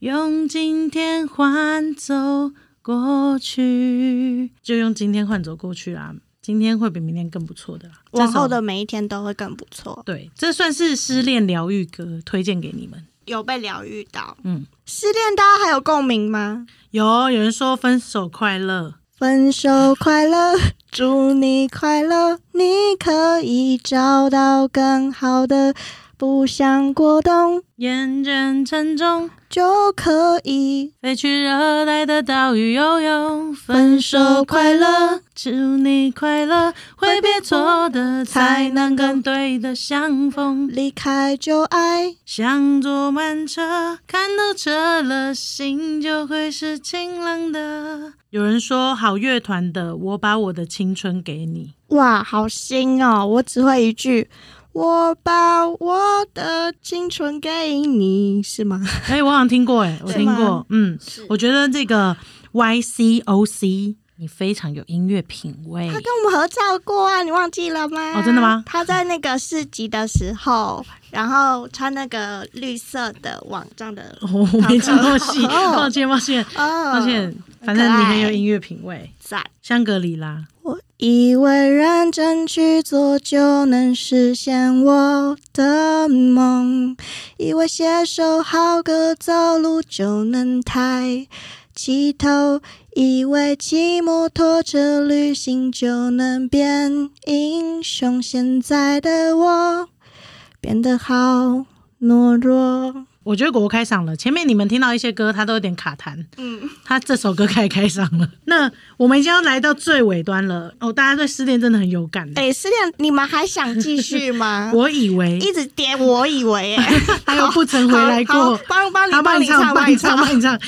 S2: 用今天换走过去，就用今天换走过去啦。今天会比明天更不错的啦。
S1: 往后
S2: 这首
S1: 的每一天都会更不错，
S2: 对，这算是失恋疗愈歌，推荐给你们。
S1: 有被疗愈到。
S2: 嗯，
S1: 失恋大家还有共鸣吗？
S2: 有有人说分手快乐，
S1: 分手快
S2: *laughs*
S1: 乐，祝你快乐，你可以找到更好的，不想过冬
S2: 厌倦沉重，
S1: 就可以。
S2: 飞去热带的岛屿游泳。
S1: 分手快乐，
S2: 祝你快乐，挥别错的，才能跟对的相逢。
S1: 离开就爱，
S2: 想坐慢车，看透彻了，心就会是晴朗的。有人说好乐团的，我把我的青春给你。
S1: 哇，好新哦！我只会一句，我把我的青春给你，是吗？
S2: 哎、我好像听过、哎，我听
S1: 是吗
S2: 过，嗯，我觉得这个 Y C O C 你非常有音乐品味
S1: 他。跟我们合照过啊，你忘记了吗？
S2: 哦真的吗
S1: 他在那个市集的时候，然后穿那个绿色的网状的，
S2: 哦，我没记那么细，
S1: 哦
S2: *laughs* 抱歉，抱歉，
S1: 哦，
S2: 抱歉，反正你
S1: 很可爱
S2: 很有音乐品味。
S1: 赞。
S2: 香格里拉，
S1: 我以为认真去做就能实现我的梦，以为写首好歌走路就能抬起头，以为骑摩托车旅行就能变英雄。现在的我变得好懦弱。
S2: 我觉得国开嗓了。前面你们听到一些歌，它都有点卡痰，
S1: 嗯，
S2: 他这首歌开始开嗓了。 *laughs* 那我们已经要来到最尾端了哦，大家对失恋真的很有感。
S1: 哎、失恋，你们还想继续吗？
S2: 我以为
S1: 一直点，我以为、哎
S2: 他又不曾回来
S1: 好
S2: 过
S1: 好。帮帮你
S2: 他帮
S1: 帮
S2: 你
S1: 你
S2: 唱，
S1: 唱，
S2: 帮
S1: 帮
S2: 你
S1: 你唱。
S2: 唱，帮你唱。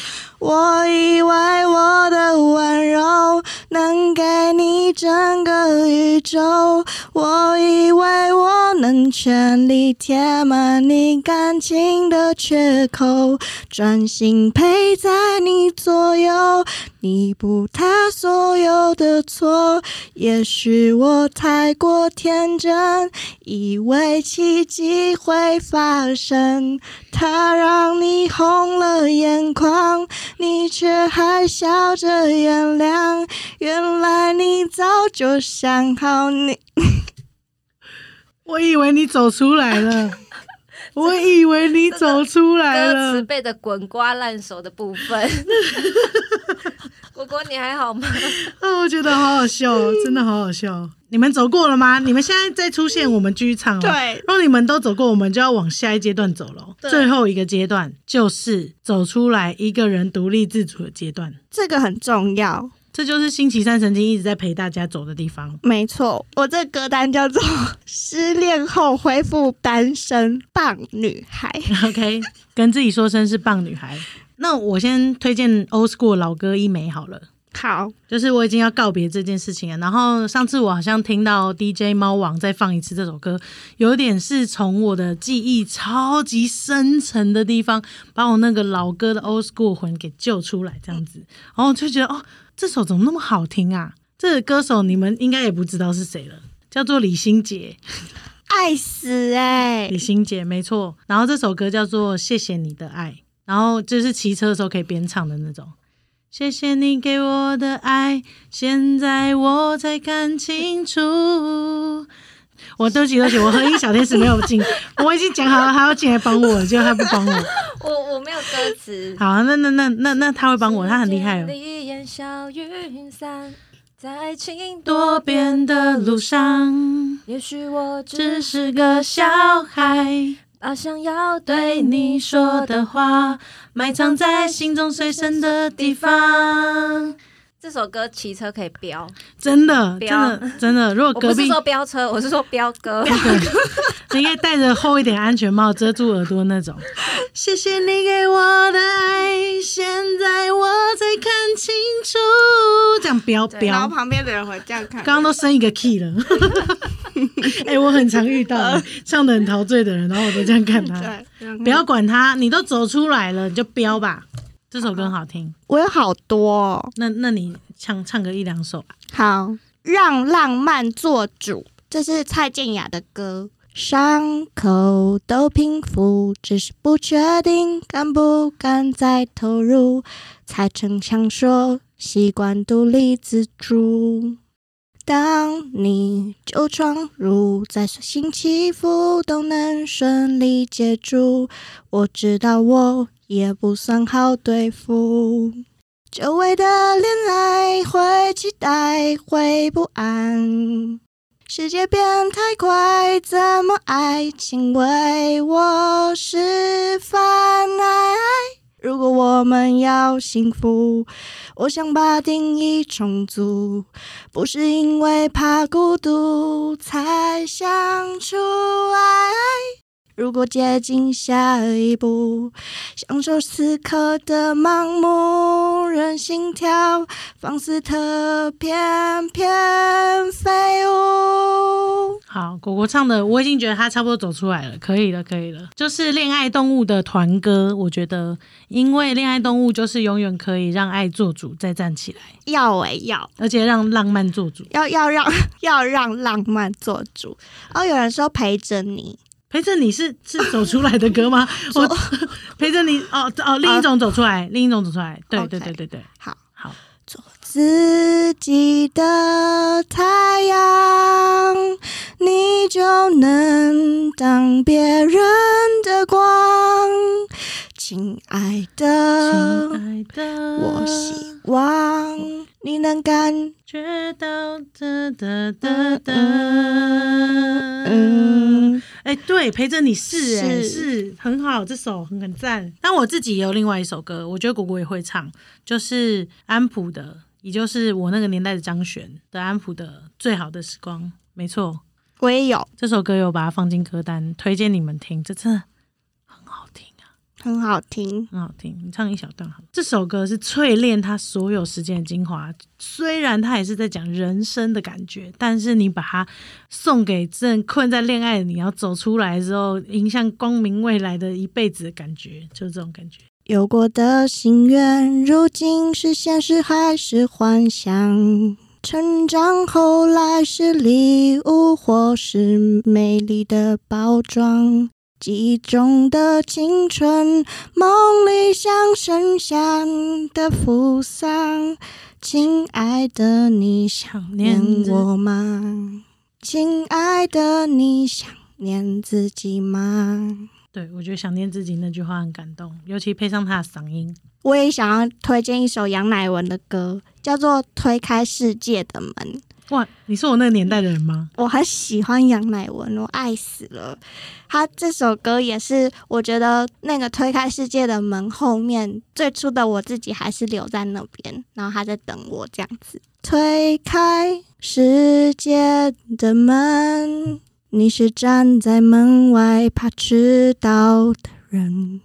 S1: 我以为我的温柔能给你整个宇宙，我以为我能全力填满你感情的缺口，专心陪在你左右，弥补他所有的错。也许我太过天真，以为奇迹会发生，它让你红了眼眶。你却还笑着原谅，原来你早就想好你。
S2: 我以为你走出来了，我以为你走出来
S3: 歌词
S2: 了。
S3: 背的滚瓜烂熟的部分。
S2: *laughs*
S3: 果果，你还好吗？
S2: 啊，我觉得好好笑哦，真的好好笑哦。你们走过了吗？你们现在再出现，我们继续唱哦。
S1: 对
S2: 如果你们都走过，我们就要往下一阶段走了哦。
S1: 对
S2: 最后一个阶段就是走出来一个人独立自主的阶段。
S1: 这个很重要，
S2: 这就是星期三神经一直在陪大家走的地方。 *laughs*
S1: 没错。我这歌单叫做《失恋后恢复单身棒女孩》。
S2: OK，跟自己说声是棒女孩。那我先推荐 Old School 老歌一枚好了。
S1: 好，
S2: 就是我已经要告别这件事情了。然后上次我好像听到 DJ 猫王再放一次这首歌，有点是从我的记忆超级深沉的地方，把我那个老歌的 old school 魂给救出来，这样子。然后我就觉得哦，这首怎么那么好听啊？这个歌手你们应该也不知道是谁了，叫做李心洁。
S1: 爱死哎、
S2: 李心洁，没错。然后这首歌叫做《谢谢你的爱》，然后就是骑车的时候可以边唱的那种。谢谢你给我的爱，现在我才看清楚。我对不起，对不起，我和一小天使没有进， *laughs* 我已经讲好了，他要进来帮我，结果他不帮我。
S3: 我我没有歌词。
S2: 好，那那那那那他会帮我，他很厉害哦。
S3: 一眼小云散，在爱情
S2: 多
S3: 多
S2: 变
S3: 变
S2: 的
S3: 的
S2: 路
S3: 路上，
S2: 上，
S3: 也许我只
S2: 只
S3: 是
S2: 是个小孩。
S3: 把想要
S2: 对
S3: 对
S2: 你
S3: 你
S2: 说
S3: 说
S2: 的
S3: 的。
S2: 话，埋藏在心中最深的地方。
S3: 这首歌骑车可以飙，
S2: 真的，真
S3: 不要
S2: 的，真的。如果
S3: 我不
S2: 哦隔
S3: 是
S2: 壁
S3: 说
S2: *laughs*
S3: 飙车，我是说飙歌。
S2: 你应该戴着厚一点安全帽遮住耳朵那种。谢谢你给我的爱，现在我才看清楚。这样飙
S3: 对
S2: 飙，
S1: 旁边的人会这样看
S2: 刚刚都升一个 key *laughs* 了。哎、我很常遇到唱的很陶醉的人，然后我都这样看 *laughs* 他。
S1: 对
S2: 不要管他，你都走出来了，你就飙吧。这首歌很好听。
S1: 我有好多、哦，
S2: 那那你唱唱个一两首吧。
S1: 好，让浪漫做主，这是蔡健雅的歌。伤口都平复，只是不确定敢不敢再投入，才逞强说习惯独立自主。当你就闯入，再随心起伏都能顺利接住。我知道我也不算好对付。久违的恋爱会期待，会不安。世界变太快，怎么爱？请为我示范。如果我们要幸福，我想把定义重组，不是因为怕孤独才想出爱。如果接近下一步，享受此刻的盲目，任心跳，放肆特翩翩飞舞。
S2: 好，果果唱的我已经觉得他差不多走出来了，可以了，可以了。就是恋爱动物的团歌，我觉得，因为恋爱动物就是永远可以让爱做主，再站起来，
S1: 要哎、要
S2: 而且让浪漫做主，
S1: 要要让 *laughs* 要让浪漫做主。哦，有人说陪着你，
S2: 陪着你是是走出来的
S1: *laughs*
S2: 歌吗？我陪着你哦哦，另一种走出来，另一种走出来，对
S1: 哦 OK
S2: 对对对对，
S1: 好，
S2: 好，
S1: 做自己的太阳，你就能当别人的光，亲爱的。
S2: 亲爱的，
S1: 呃我希望你能感
S2: 觉到哒哒哒哒。
S1: 嗯，
S2: 哎、对，陪着你是哎、
S1: 是
S2: 是很好，这首很很赞。但我自己也有另外一首歌，我觉得果果也会唱，就是安普的，也就是我那个年代的张悬的安普的《最好的时光》，没错，
S1: 我也有
S2: 这首歌有把它放进歌单，推荐你们听，这真的很好听啊，
S1: 很好听，
S2: 很好听。你唱一小段好了，这首歌是淬炼他所有时间的精华，虽然他也是在讲人生的感觉，但是你把它送给正困在恋爱的你，要走出来之后，迎向光明未来的一辈子的感觉，就是这种感觉。
S1: 有过的心愿，如今是现实还是幻想？成长后来是礼物，或是美丽的包装。记忆中的青春，梦里像盛夏的扶桑。亲爱的，你想
S2: 想念
S1: 念
S2: 我，
S1: 嗯我吗？亲爱的，你想念自己吗？
S2: 对我觉得想念自己那句话很感动，尤其配上他的嗓音。
S1: 我也想要推荐一首杨乃文的歌，叫做《推开世界的门》。
S2: 哇，你是我那个年代的人吗？
S1: 我很喜欢杨乃文，我爱死了。他这首歌也是，我觉得那个推开世界的门后面，最初的我自己还是留在那边，然后他在等我这样子。推开世界的门，你是站在门外怕迟到的人，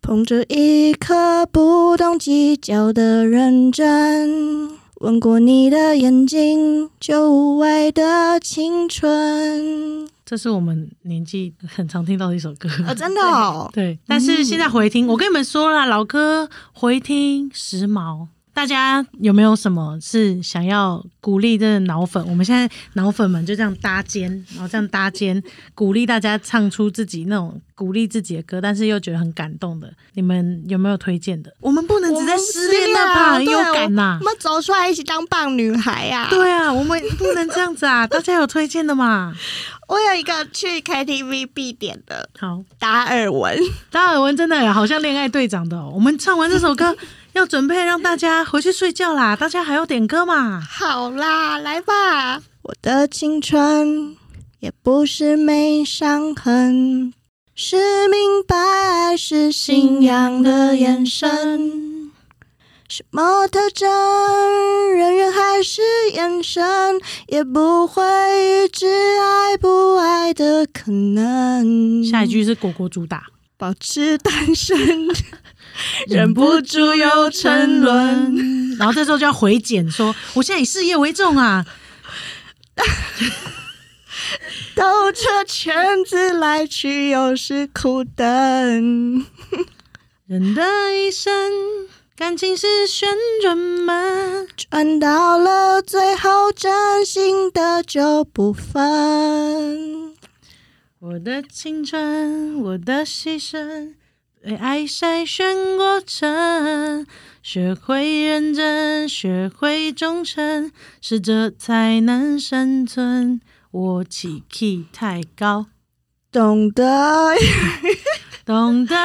S1: 捧着一颗不懂计较的认真。吻过你的眼睛，就无畏的青春。
S2: 这是我们年纪很常听到啊的一首歌。
S1: 哦，真的哦，
S2: 对，嗯但是现在回听，我跟你们说啦，老歌回听时髦。大家有没有什么是想要鼓励这脑粉？我们现在脑粉们就这样搭肩，然后这样搭肩，鼓励大家唱出自己那种鼓励自己的歌，但是又觉得很感动的。你们有没有推荐的？我们不能只在失恋那趴很有感呐、
S1: 我们走出来一起当棒女孩呀、啊！
S2: 对啊，我们不能这样子 *laughs* 啊！大家有推荐的嘛？
S1: 我有一个去 KTV 必点的
S2: 好，
S1: 达尔文，
S2: 达尔文真的好像恋爱队长的、哦。我们唱完这首歌，要准备让大家回去睡觉 *laughs* 啦。大家还要点歌嘛？
S1: 好啦，来吧。我的青春也不是没伤痕，是明白爱是信仰的眼神。什么特征？人缘还是眼神，也不会预知爱不爱的可能。
S2: 下一句是果果主打，
S1: 保持单身， *laughs* 忍不住又沉沦。。
S2: 然后这时候就要回减，说我现在以事业为重啊。
S1: 兜着圈子来去，又是苦等。
S2: 人的一生，感情是旋转门。
S1: 转到了最后，真心的就不分。
S2: 我的青春，我的牺牲，被爱筛选过程，学会认真，学会忠诚，适者才能生存。我起 key 太高，
S1: 懂得
S2: 懂得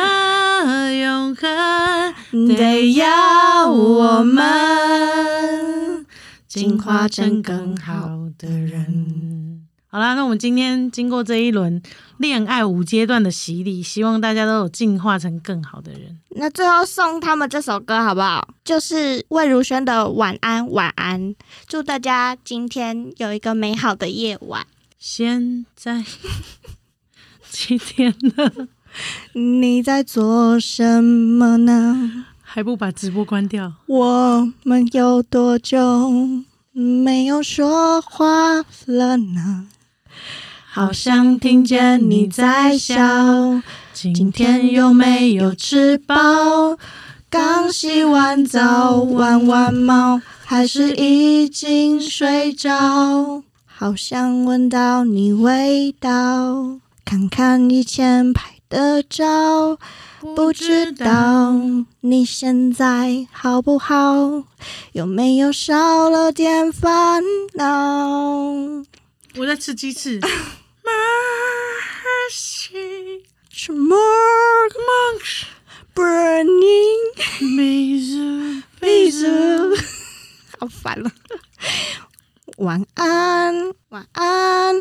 S2: 永恒，
S1: 得
S2: 得
S1: 要
S2: 要
S1: 我
S2: 我
S1: 们
S2: 们
S1: 进
S2: 进
S1: 化
S2: 化
S1: 成
S2: 成
S1: 更
S2: 更
S1: 好
S2: 好的人。好啦，那我们今天经过这一轮恋爱五阶段的洗礼，希望大家都有进化成更好的人。
S1: 那最后送他们这首歌好不好？就是魏如萱的《晚安晚安》，祝大家今天有一个美好的夜晚。
S2: 现 *laughs* 在几点了？
S1: 你在做什么呢？
S2: 还不把直播关掉？
S1: 我们有多久没有说话了呢？
S2: 好像听见你在笑，今天有没有吃饱？
S1: 刚洗完澡，玩玩猫，还是已经睡着。好想闻到你味道，看看以前拍的照，不知道你现在好不好，有没有少了点烦恼？
S2: 我在吃鸡 *laughs* 翅。Mercy
S1: 什么
S2: monks
S1: burning？
S2: amazing
S1: *laughs* 好烦了。晚安，晚安，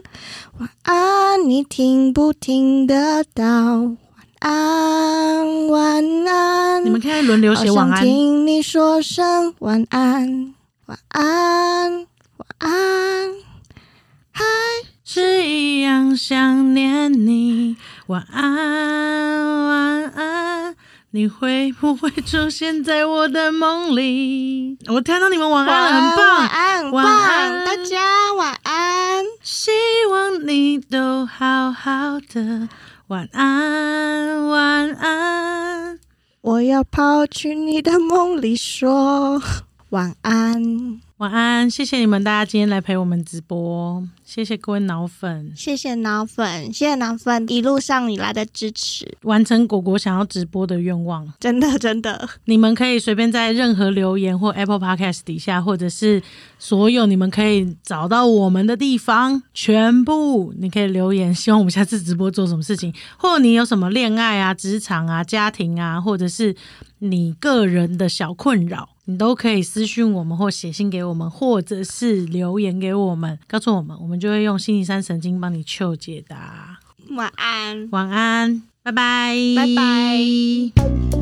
S1: 晚安，你听不听得到？晚安，晚安。
S2: 你们可以轮流
S1: 好
S2: 写
S1: 想
S2: 晚安。
S1: 听你说声晚安，晚安，晚安。嗨，
S2: 是一样想念你，晚安，晚安。你会不会出现在我的梦里？我看到你们晚安，很
S1: 晚
S2: 棒。
S1: 安，很棒，
S2: 晚安
S1: 大家晚安。
S2: 希望你都好好的，晚安，晚安。
S1: 我要跑去你的梦里说 *laughs* 晚安。
S2: 晚安，谢谢你们大家今天来陪我们直播，谢谢各位脑粉，
S1: 谢谢脑粉，谢谢脑粉一路上以来的支持，
S2: 完成果果想要直播的愿望。
S1: 真的真的。
S2: 你们可以随便在任何留言或 Apple Podcast 底下，或者是所有你们可以找到我们的地方，全部你可以留言。希望我们下次直播做什么事情，或你有什么恋爱啊、职场啊、家庭啊，或者是你个人的小困扰，你都可以私讯我们，或写信给我们，或者是留言给我们，告诉我们，我们就会用星期三神经帮你求解答。
S1: 晚安，
S2: 晚安，拜拜，
S1: 拜拜。